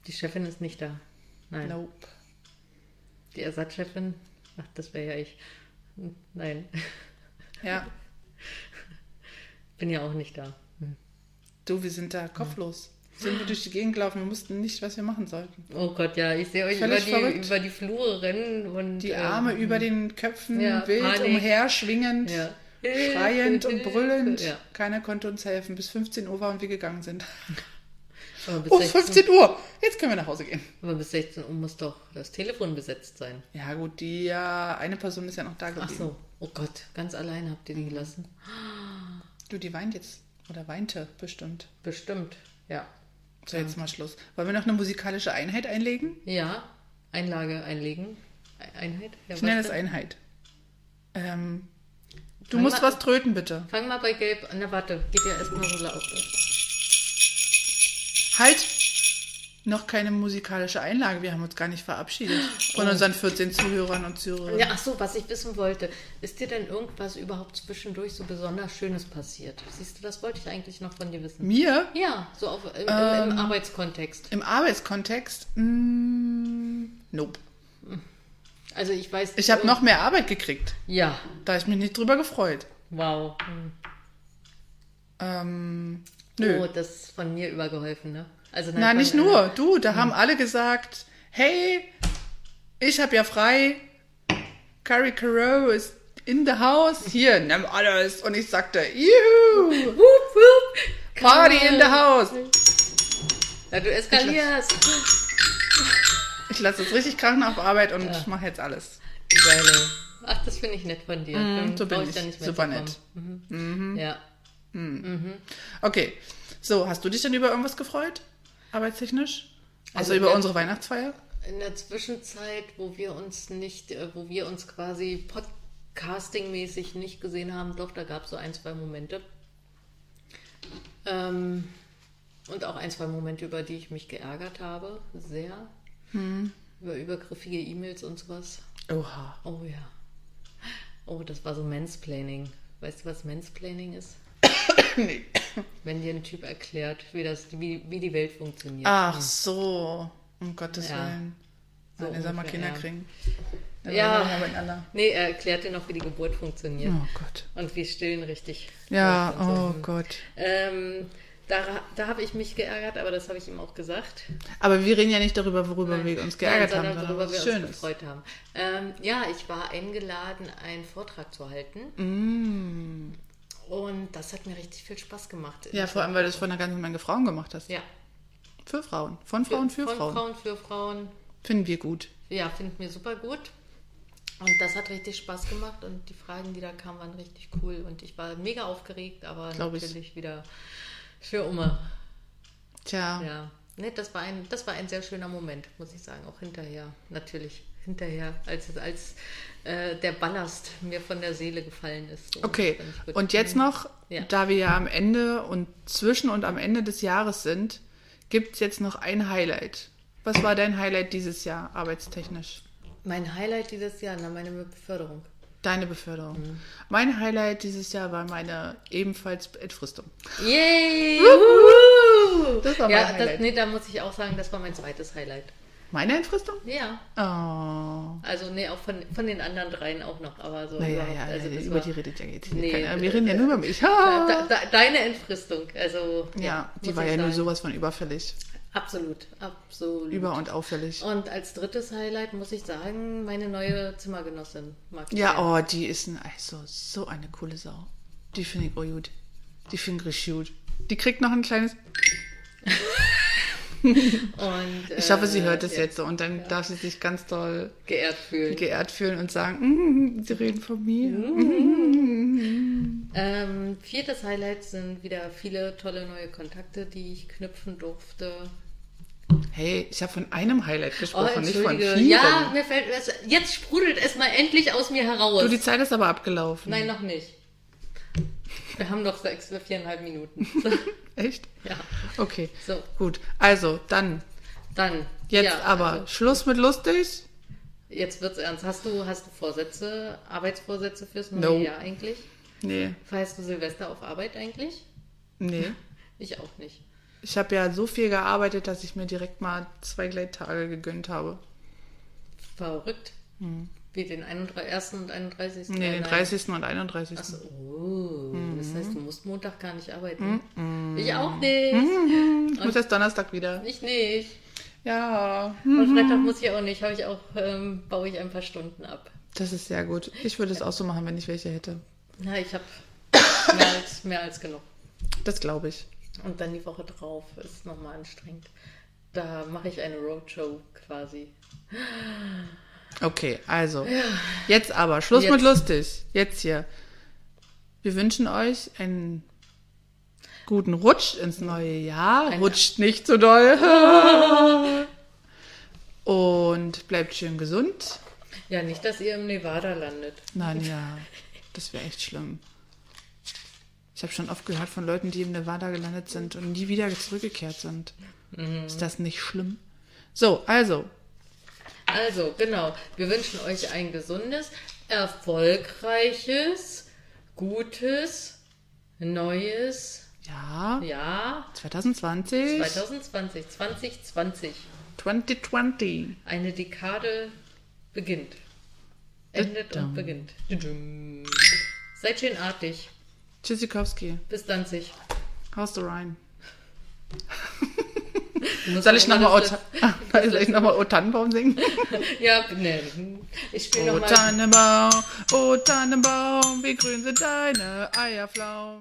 S1: Die Chefin ist nicht da. Nein.
S2: nope.
S1: Die Ersatzchefin? Ach, das wäre ja ich. Hm, Nein,
S2: Ja,
S1: bin ja auch nicht da.
S2: du, wir sind da kopflos. Sind wir durch die Gegend gelaufen. Wir mussten nicht, was wir machen sollten.
S1: Oh Gott, ja, ich sehe euch über
S2: Völlig
S1: die,
S2: verrückt.
S1: über die Flure rennen und.
S2: Die
S1: ähm,
S2: Arme über den Köpfen,
S1: Ja,
S2: wild
S1: Panik.
S2: umher, schwingend,
S1: ja.
S2: schreiend und brüllend.
S1: Ja.
S2: Keiner konnte uns helfen. Bis 15 Uhr waren wir gegangen sind.
S1: Aber bis,
S2: Oh,
S1: 16,
S2: 15 Uhr! Jetzt können wir nach Hause gehen.
S1: aber bis 16 Uhr muss doch das Telefon besetzt sein.
S2: Ja, gut, die ja, eine Person ist ja noch da
S1: Ach
S2: geblieben.
S1: so. Oh Gott, ganz allein habt ihr die gelassen.
S2: Du, die weint jetzt. Oder weinte bestimmt.
S1: Bestimmt. Ja.
S2: So, jetzt mal Schluss. Wollen wir noch eine musikalische Einheit einlegen?
S1: Ja, Einlage einlegen. E- Einheit? Ja,
S2: Ich nenne
S1: was
S2: es
S1: denn?
S2: Einheit. Ähm, du
S1: Fang
S2: musst
S1: mal-
S2: was tröten, bitte.
S1: Fang mal bei Gelb an. Na, warte, geht ja erstmal so laut.
S2: Halt! Noch keine musikalische Einlage. Wir haben uns gar nicht verabschiedet von unseren 14 Zuhörern und Zuhörern.
S1: Oh. Ja, ach so, was ich wissen wollte. Ist dir denn irgendwas überhaupt zwischendurch so besonders Schönes passiert? Siehst du, das wollte ich eigentlich noch von dir wissen.
S2: Mir
S1: Ja, so auf, im,
S2: Ähm.
S1: im, im Arbeitskontext.
S2: im Arbeitskontext? Mm, nope.
S1: Also ich weiß.
S2: Ich habe noch mehr Arbeit gekriegt.
S1: Ja,
S2: Da hab ich mich nicht drüber gefreut.
S1: wow. Hm.
S2: Ähm,
S1: Oh,
S2: nö.
S1: das ist von mir übergeholfen, ne? Also nein,
S2: Na,
S1: von-
S2: nicht nur. Du, da haben alle gesagt, hey, ich habe ja frei. Carrie Caro ist in the house. Hier, nimm alles. Und ich sagte, juhu,
S1: Wup, wup.
S2: Party in the house.
S1: Ja, du eskalierst.
S2: Ich lasse es richtig krachen auf Arbeit und mache jetzt alles.
S1: Geile. Ach, das finde ich nett von dir. Dann
S2: Mm, so bin
S1: brauch
S2: ich.
S1: da nicht mehr
S2: Super
S1: zu kommen.
S2: nett.
S1: Mhm. Ja.
S2: Okay, so, hast du dich denn über irgendwas gefreut? Arbeitstechnisch? Also,
S1: Also,
S2: über
S1: wenn-
S2: unsere Weihnachtsfeier?
S1: In der Zwischenzeit, wo wir uns nicht, äh, wo wir uns quasi podcastingmäßig nicht gesehen haben, doch, da gab es so ein, zwei Momente. Ähm, und auch ein, zwei Momente, über die ich mich geärgert habe, sehr.
S2: Hm.
S1: Über übergriffige E-Mails und sowas.
S2: Oha.
S1: Oh ja. Oh, das war so Mansplaining. Weißt du, was Mansplaining ist?
S2: Nee.
S1: Wenn dir ein Typ erklärt, wie, das, wie, wie die Welt funktioniert.
S2: Ach so, um Gottes
S1: Ja.
S2: Willen.
S1: So
S2: Nein, soll mal
S1: ungefähr,
S2: Kinder
S1: ja.
S2: kriegen. Dann
S1: Ja.
S2: wollen wir mal miteinander.
S1: Nee, er erklärt dir noch, wie die Geburt funktioniert.
S2: Oh Gott.
S1: Und wie stillen richtig.
S2: Ja,
S1: läuft und so. Mhm.
S2: oh Gott.
S1: Ähm, da da habe ich mich geärgert, aber das habe ich ihm auch gesagt.
S2: Aber wir reden ja nicht darüber, worüber
S1: Nein,
S2: wir uns geärgert
S1: nein,
S2: haben,
S1: sondern
S2: sondern
S1: worüber wir
S2: was
S1: uns
S2: Schönes.
S1: gefreut haben. Ähm, ja, ich war eingeladen, einen Vortrag zu halten. Und das hat mir richtig viel Spaß gemacht.
S2: Mm. Ja, vor allem, weil du es von einer ganzen Menge Frauen gemacht hast.
S1: Ja.
S2: Für Frauen. Von Frauen für
S1: Von
S2: Frauen.
S1: Frauen für Frauen.
S2: Finden wir gut.
S1: Ja, finden wir super gut. Und das hat richtig Spaß gemacht und die Fragen, die da kamen, waren richtig cool. Und ich war mega aufgeregt, aber
S2: Glaub ich.
S1: natürlich wieder für Oma.
S2: Tja,
S1: Ja, ne, das, war ein, das war ein sehr schöner Moment, muss ich sagen. Auch hinterher, natürlich. Hinterher, als, als äh, der Ballast mir von der Seele gefallen ist. So,
S2: okay.
S1: fand ich gut.
S2: Und jetzt noch,
S1: Ja.
S2: da wir ja am Ende und zwischen und am Ende des Jahres sind, gibt es jetzt noch ein Highlight. Was war dein Highlight dieses Jahr, arbeitstechnisch?
S1: Mein Highlight dieses Jahr, na, meine Beförderung.
S2: Deine Beförderung.
S1: Mhm.
S2: Mein Highlight dieses Jahr war meine ebenfalls Entfristung.
S1: Yay! Wuhu!
S2: Das war mein
S1: ja, das,
S2: Highlight.
S1: nee, da muss ich auch sagen, das war mein zweites Highlight.
S2: Meine Entfristung?
S1: Ja,
S2: Oh.
S1: also nee, auch von, von den anderen dreien auch noch, aber so
S2: Naja,
S1: überhaupt,
S2: ja,
S1: also das
S2: über
S1: war-
S2: die redet ja jetzt
S1: Nee,
S2: nee, keiner. Wir
S1: äh,
S2: reden ja nur über mich.
S1: Da-
S2: Ha!
S1: da, da, deine Entfristung, also
S2: ja, die
S1: muss
S2: war
S1: ich
S2: ja nur
S1: sagen.
S2: sowas von überfällig.
S1: Absolut, absolut.
S2: Über- und auffällig.
S1: Und als drittes Highlight muss ich sagen, meine neue Zimmergenossin mag ich
S2: Ja,
S1: sehr.
S2: oh, die ist ein, also, so eine coole Sau. Die finde ich auch gut. Die finde ich richtig gut. Die kriegt noch ein kleines.
S1: Und,
S2: Ich hoffe, sie
S1: äh,
S2: hört es
S1: ja,
S2: jetzt so und dann darf sie sich ganz doll
S1: Geehrt fühlen.
S2: geehrt fühlen und sagen, mm, sie reden von mir.
S1: Ähm, viertes Highlight sind wieder viele tolle neue Kontakte, die ich knüpfen durfte.
S2: Hey, ich habe von einem Highlight gesprochen, nicht von
S1: Oh, entschuldige.
S2: vielen.
S1: ja, mir fällt es. Jetzt sprudelt es mal endlich aus mir heraus.
S2: Du, die Zeit ist aber abgelaufen.
S1: Nein, noch nicht. Wir haben noch sechs, viereinhalb Minuten.
S2: Echt?
S1: ja.
S2: Okay.
S1: So,
S2: Gut. Also, dann.
S1: dann.
S2: Jetzt
S1: ja,
S2: aber.
S1: also,
S2: Schluss mit lustig.
S1: jetzt wird's ernst. Hast du, hast du Vorsätze, Arbeitsvorsätze fürs neue
S2: No.
S1: Jahr eigentlich?
S2: Nee.
S1: Feierst du Silvester auf Arbeit eigentlich?
S2: Nee.
S1: Ich auch nicht.
S2: Ich habe ja so viel gearbeitet, dass ich mir direkt mal zwei Gleittage gegönnt habe.
S1: Verrückt. Wie den 31. und 31.
S2: Hm. Nee, den Mhm. 30. und 31.
S1: Achso, oh, das heißt, du musst Montag gar nicht arbeiten.
S2: Mhm.
S1: Ich auch nicht.
S2: Ich muss erst Donnerstag wieder.
S1: Ich nicht.
S2: Ja.
S1: Und Freitag muss ich auch nicht. Habe ich auch, ähm, baue ich ein paar Stunden ab.
S2: Das ist sehr gut. Ich würde es auch so machen, wenn ich welche hätte.
S1: Na, ich habe mehr als, mehr als genug.
S2: Das glaube ich.
S1: Und dann die Woche drauf ist nochmal anstrengend. Da mache ich eine Roadshow quasi.
S2: Okay, also. Jetzt aber. Schluss
S1: Jetzt.
S2: mit lustig. Jetzt hier. Wir wünschen euch einen guten Rutsch ins neue Jahr.
S1: Ein-
S2: Rutscht nicht so doll. Und bleibt schön gesund.
S1: Ja, nicht, dass ihr im Nevada landet.
S2: Nein, ja. Das wäre echt schlimm. Ich habe schon oft gehört von Leuten, die im Nevada gelandet sind und nie wieder zurückgekehrt sind. Ist das nicht schlimm? So, also,
S1: Also, genau. Wir wünschen euch ein gesundes, erfolgreiches, gutes, neues
S2: ja,
S1: Jahr
S2: 2020,
S1: 2020. 2020.
S2: 2020.
S1: Eine Dekade beginnt. Endet und beginnt. Tudum. Seid schön artig.
S2: Tschüssikowski,
S1: Bis dann sich.
S2: Haus du rein.
S1: Du musst
S2: Soll ich
S1: auch immer
S2: nochmal
S1: das-
S2: O Tannenbaum singen?
S1: Ja, nee. Ich spiele
S2: O
S1: nochmal.
S2: Tannenbaum, O Tannenbaum, wie grün sind deine Eierflaum.